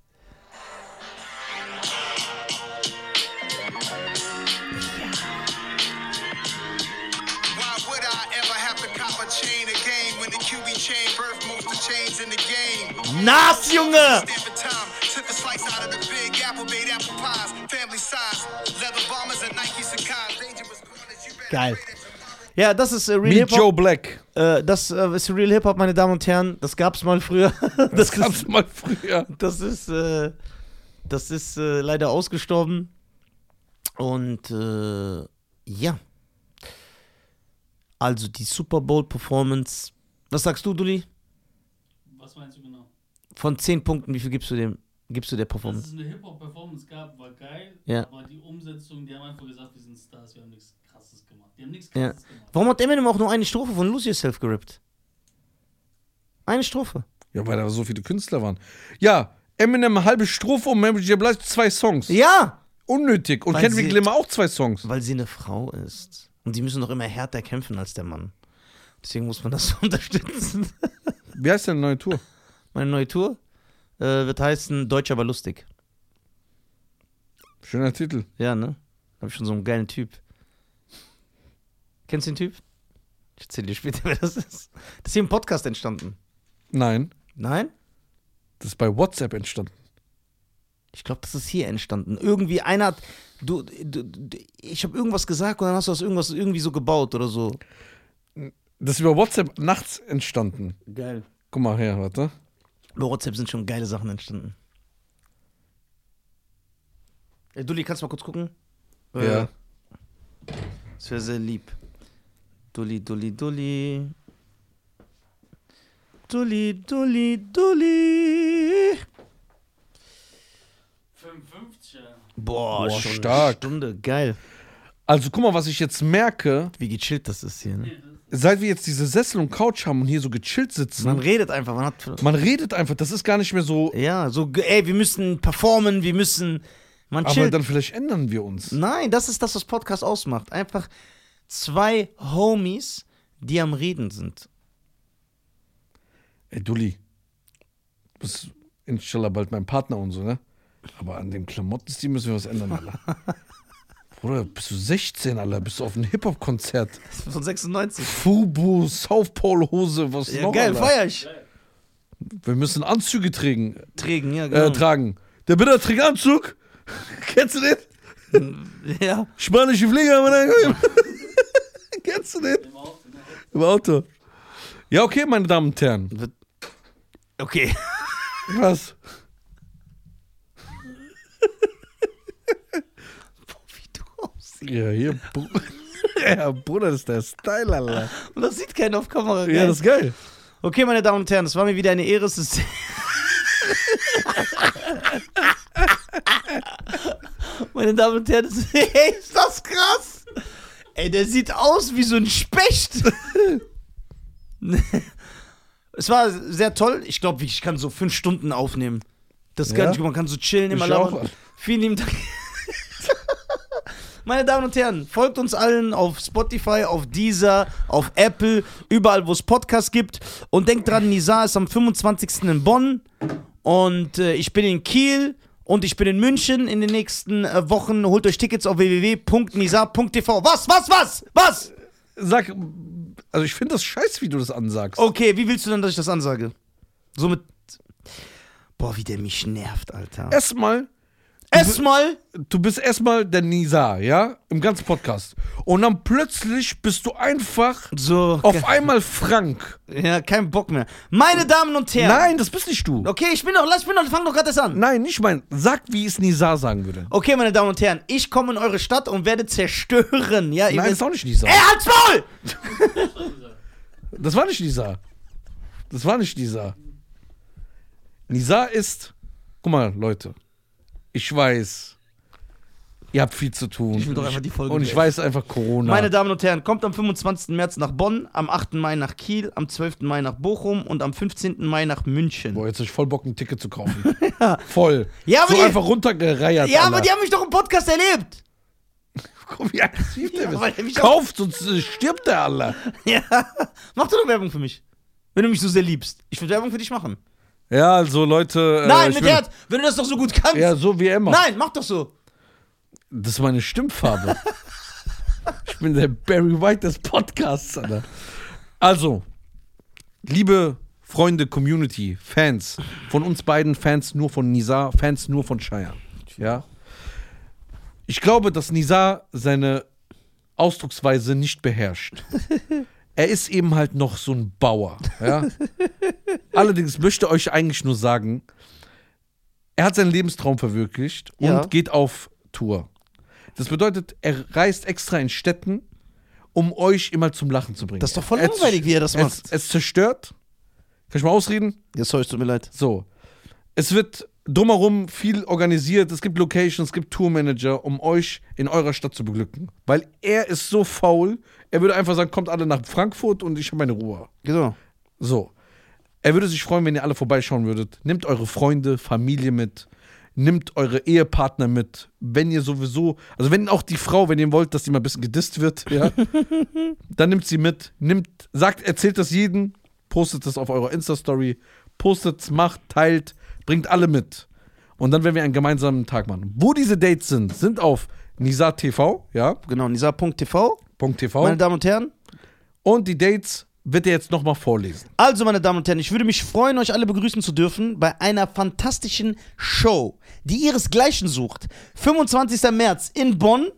Why would I ever have to cop a chain again when the QB chain birth most the chains in the game?
Nas, Junge!
Stamp of time, took a slice out of the big apple, made apple pies, family size, leather bombers and Nikes and cons, dangerous corners, you better
Geil.
pray that tomorrow-
Ja, das ist äh, Real
Meet
Hip Hop.
Joe Black.
Äh, das äh, ist Real Hip Hop, meine Damen und Herren. Das gab's mal früher. [LAUGHS] Das,
Das gab's
ist,
mal früher.
das ist, äh, das ist äh, leider ausgestorben. Und äh, ja. Also die Super Bowl Performance. Was sagst du, Dulli?
Was meinst du genau?
Von 10 Punkten, wie viel gibst du dem? Gibst du der
Dass
Performance?
es eine Hip-Hop-Performance gab, war geil,
Ähm. Ja.
aber die Umsetzung, die haben einfach gesagt, wir sind Stars, wir haben nichts krasses gemacht. Die haben nichts
Ja.
krasses gemacht.
Warum hat Eminem auch nur eine Strophe von Lose Yourself gerippt? Eine Strophe.
Ja, weil da so viele Künstler waren. Ja, Eminem eine halbe Strophe und Mary J. Blige zwei Songs.
Ja!
Unnötig. Und
Weil
Kendrick
sie-
Lamar auch zwei Songs.
Weil sie eine Frau ist. Und die müssen doch immer härter kämpfen als der Mann. Deswegen muss man das [LAUGHS] unterstützen.
Wie heißt denn die neue Tour?
Meine neue Tour äh, wird heißen Deutsch aber lustig.
Schöner Titel.
Ja, ne? Hab ich schon so einen geilen Typ. Kennst du den Typ? Ich erzähl dir später, [LAUGHS] wer das ist. Das ist hier im Podcast entstanden.
Nein,
Nein?
das ist bei WhatsApp entstanden.
Ich glaube, das ist hier entstanden. Irgendwie einer hat. Du, du, du, ich habe irgendwas gesagt und dann hast du das irgendwas irgendwie so gebaut oder so.
Das ist über WhatsApp nachts entstanden.
Geil.
Guck mal her, warte.
Über WhatsApp sind schon geile Sachen entstanden. Ey, Dulli, kannst du mal kurz gucken?
Ja.
Das wäre sehr lieb. Dulli, Dulli, Dulli. Dulli, Dulli, Dulli.
55er.
Boah,
Boah,
schon eine
stark.
Stunde. Geil.
Also guck mal, was ich jetzt merke,
Wie gechillt das ist hier. Ne?
seit wir jetzt diese Sessel und Couch haben und hier so gechillt sitzen,
Man redet einfach. Man hat,
man redet einfach, das ist gar nicht mehr so,
ja, so, ge- ey, wir müssen performen, wir müssen. Man
aber
chillt.
dann vielleicht ändern wir uns.
Nein, das ist das, was Podcast ausmacht. Einfach zwei Homies, die am Reden sind.
Ey, Dulli, du bist inshallah bald mein Partner und so, ne? Aber an den Klamotten, die müssen wir was ändern, Alter.
[LAUGHS]
Bruder, bist du 16, Alter? Bist du auf einem Hip-Hop-Konzert?
Von 96.
Fubu, South Pole Hose, was
Ja,
noch?
geil,
Alter?
feier ich.
Wir müssen Anzüge tragen.
Trägen, ja,
Äh,
genau.
tragen. Der Bitter trägt Anzug. [LAUGHS] Kennst du den? Äh,
[LAUGHS] ja.
Spanische Pfleger haben wir da. [LAUGHS] Kennst du den?
Im Auto, ne?
Im Auto. Ja, okay, meine Damen und Herren.
Okay. [LAUGHS]
[LAUGHS] Was?
Wie du aussiehst.
Ja, hier. Br [LAUGHS] ja, Bruder, das ist der Style, Alter.
Und das sieht keiner auf Kamera. Geil.
Ja, das ist geil.
okay, meine Damen und Herren, das war mir wieder eine Ehre. Es ist meine Damen und Herren, [LAUGHS] das Ey, ist das krass. Ey, der sieht aus wie so ein Specht. [LAUGHS] es war sehr toll. Ich glaube, ich kann so fünf Stunden aufnehmen. Das kann
Ja?
ich, man kann so chillen, immer
Ich
labern.
auch.
Vielen lieben Dank. [LAUGHS] Meine Damen und Herren, folgt uns allen auf Spotify, auf Deezer, auf Apple, überall, wo es Podcasts gibt. Und denkt dran, Nizar ist am 25. in Bonn und äh, ich bin in Kiel und ich bin in München in den nächsten äh, Wochen. Holt euch Tickets auf www.nizar.tv. Was, was, was, was?
Sag, also ich finde das scheiße, wie du das ansagst.
Okay, wie willst du denn, dass ich das ansage? Somit. Boah, wie der mich nervt, Alter.
Äh, Erstmal,
Erstmal.
du bist erstmal der Nisa, ja? Im ganzen Podcast. Und dann plötzlich bist du einfach
So.
auf einmal Frank.
Ja, kein Bock mehr. Meine Damen und Herren.
Nein, das bist nicht du.
Okay, ich bin doch, lass, ich bin doch, fang doch gerade erst an.
Nein, nicht mein. Sag, wie es Nisa sagen würde.
Okay, meine Damen und Herren, ich komme in eure Stadt und werde zerstören. Ja, ihr
Nein, das
werdet-
ist auch nicht Nisa.
Ey, halt's Maul!
Das war nicht Nisa. Das war nicht Nisa. Nisa ist. Guck mal, Leute. Ich weiß, ihr habt viel zu tun.
Ich will doch
Und
einfach die Folge
Und ich
beenden.
weiß einfach Corona.
Meine Damen und Herren, kommt am 25. März nach Bonn, am 8. Mai nach Kiel, am 12. Mai nach Bochum und am 15. Mai nach München.
Boah, jetzt hab ich voll Bock, ein Ticket zu kaufen.
[LAUGHS]
Voll.
Ja, aber
so
die-
einfach runtergereiert.
ja, aber die
Alter.
haben mich doch im Podcast erlebt. [LAUGHS]
Guck, wie aggressiv der
Ja, weil der
ist.
mich
Kauft, sonst äh, stirbt der alle.
Ja. Mach doch noch Werbung für mich. Wenn du mich so sehr liebst. Ich würde Werbung für dich machen.
Ja, also Leute. äh,
Nein,
ich
mit
bin-
Herz. Wenn du das doch so gut kannst.
Ja, so wie immer.
Nein, mach doch so.
Das ist meine
[LAUGHS]
Stimmfarbe. ich bin der Barry White des Podcasts, Alter. Also, liebe Freunde, Community, Fans, von uns beiden Fans nur von Nizar, Fans nur von Shire. Ja. Ich glaube, dass Nizar seine Ausdrucksweise nicht beherrscht. Er ist eben halt noch so ein Bauer. Ja? Allerdings möchte euch eigentlich nur sagen, er hat seinen Lebenstraum verwirklicht und
Ja.
geht auf Tour. Das bedeutet, er reist extra in Städten, um euch immer zum Lachen zu bringen.
Das ist doch voll
Er-
langweilig, wie er das
es,
macht.
es zerstört. Kann ich mal ausreden?
Ja, sorry, es tut mir leid.
So. Es wird drumherum viel organisiert. Es gibt Locations, es gibt Tourmanager, um euch in eurer Stadt zu beglücken. Weil er ist so faul, er würde einfach sagen, kommt alle nach Frankfurt und ich habe meine Ruhe.
Genau.
So. Er würde sich freuen, wenn ihr alle vorbeischauen würdet. Nehmt eure Freunde, Familie mit. Nehmt eure Ehepartner mit. Wenn ihr sowieso, also wenn auch die Frau, wenn ihr wollt, dass die mal ein bisschen gedisst wird,
[LAUGHS]
ja, dann nimmt sie mit. Nimmt, sagt, erzählt das jeden. Postet das auf eurer Insta-Story. Postet's, macht, teilt, bringt alle mit. Und dann werden wir einen gemeinsamen Tag machen. Wo diese Dates sind, sind auf Nisa TV, ja,
Genau, nisa.tv.
Punkt .tv.
Meine Damen und Herren,
Und die Dates wird er jetzt nochmal vorlesen.
Also, meine Damen und Herren, ich würde mich freuen, euch alle begrüßen zu dürfen bei einer fantastischen Show, die ihresgleichen sucht. 25. März in Bonn,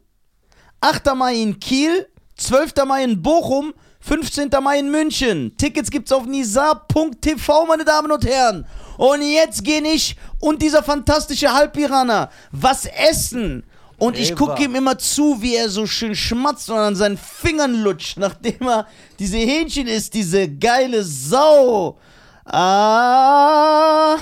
8. Mai in Kiel, 12. Mai in Bochum, 15. Mai in München. Tickets gibt's auf nisa.tv, meine Damen und Herren. Und jetzt gehen ich und dieser fantastische Halbpiraner was essen. Und ich
Eva.
gucke ihm immer zu, wie er so schön schmatzt und an seinen Fingern lutscht, [LAUGHS] nachdem er diese Hähnchen ist, diese geile Sau. Ah.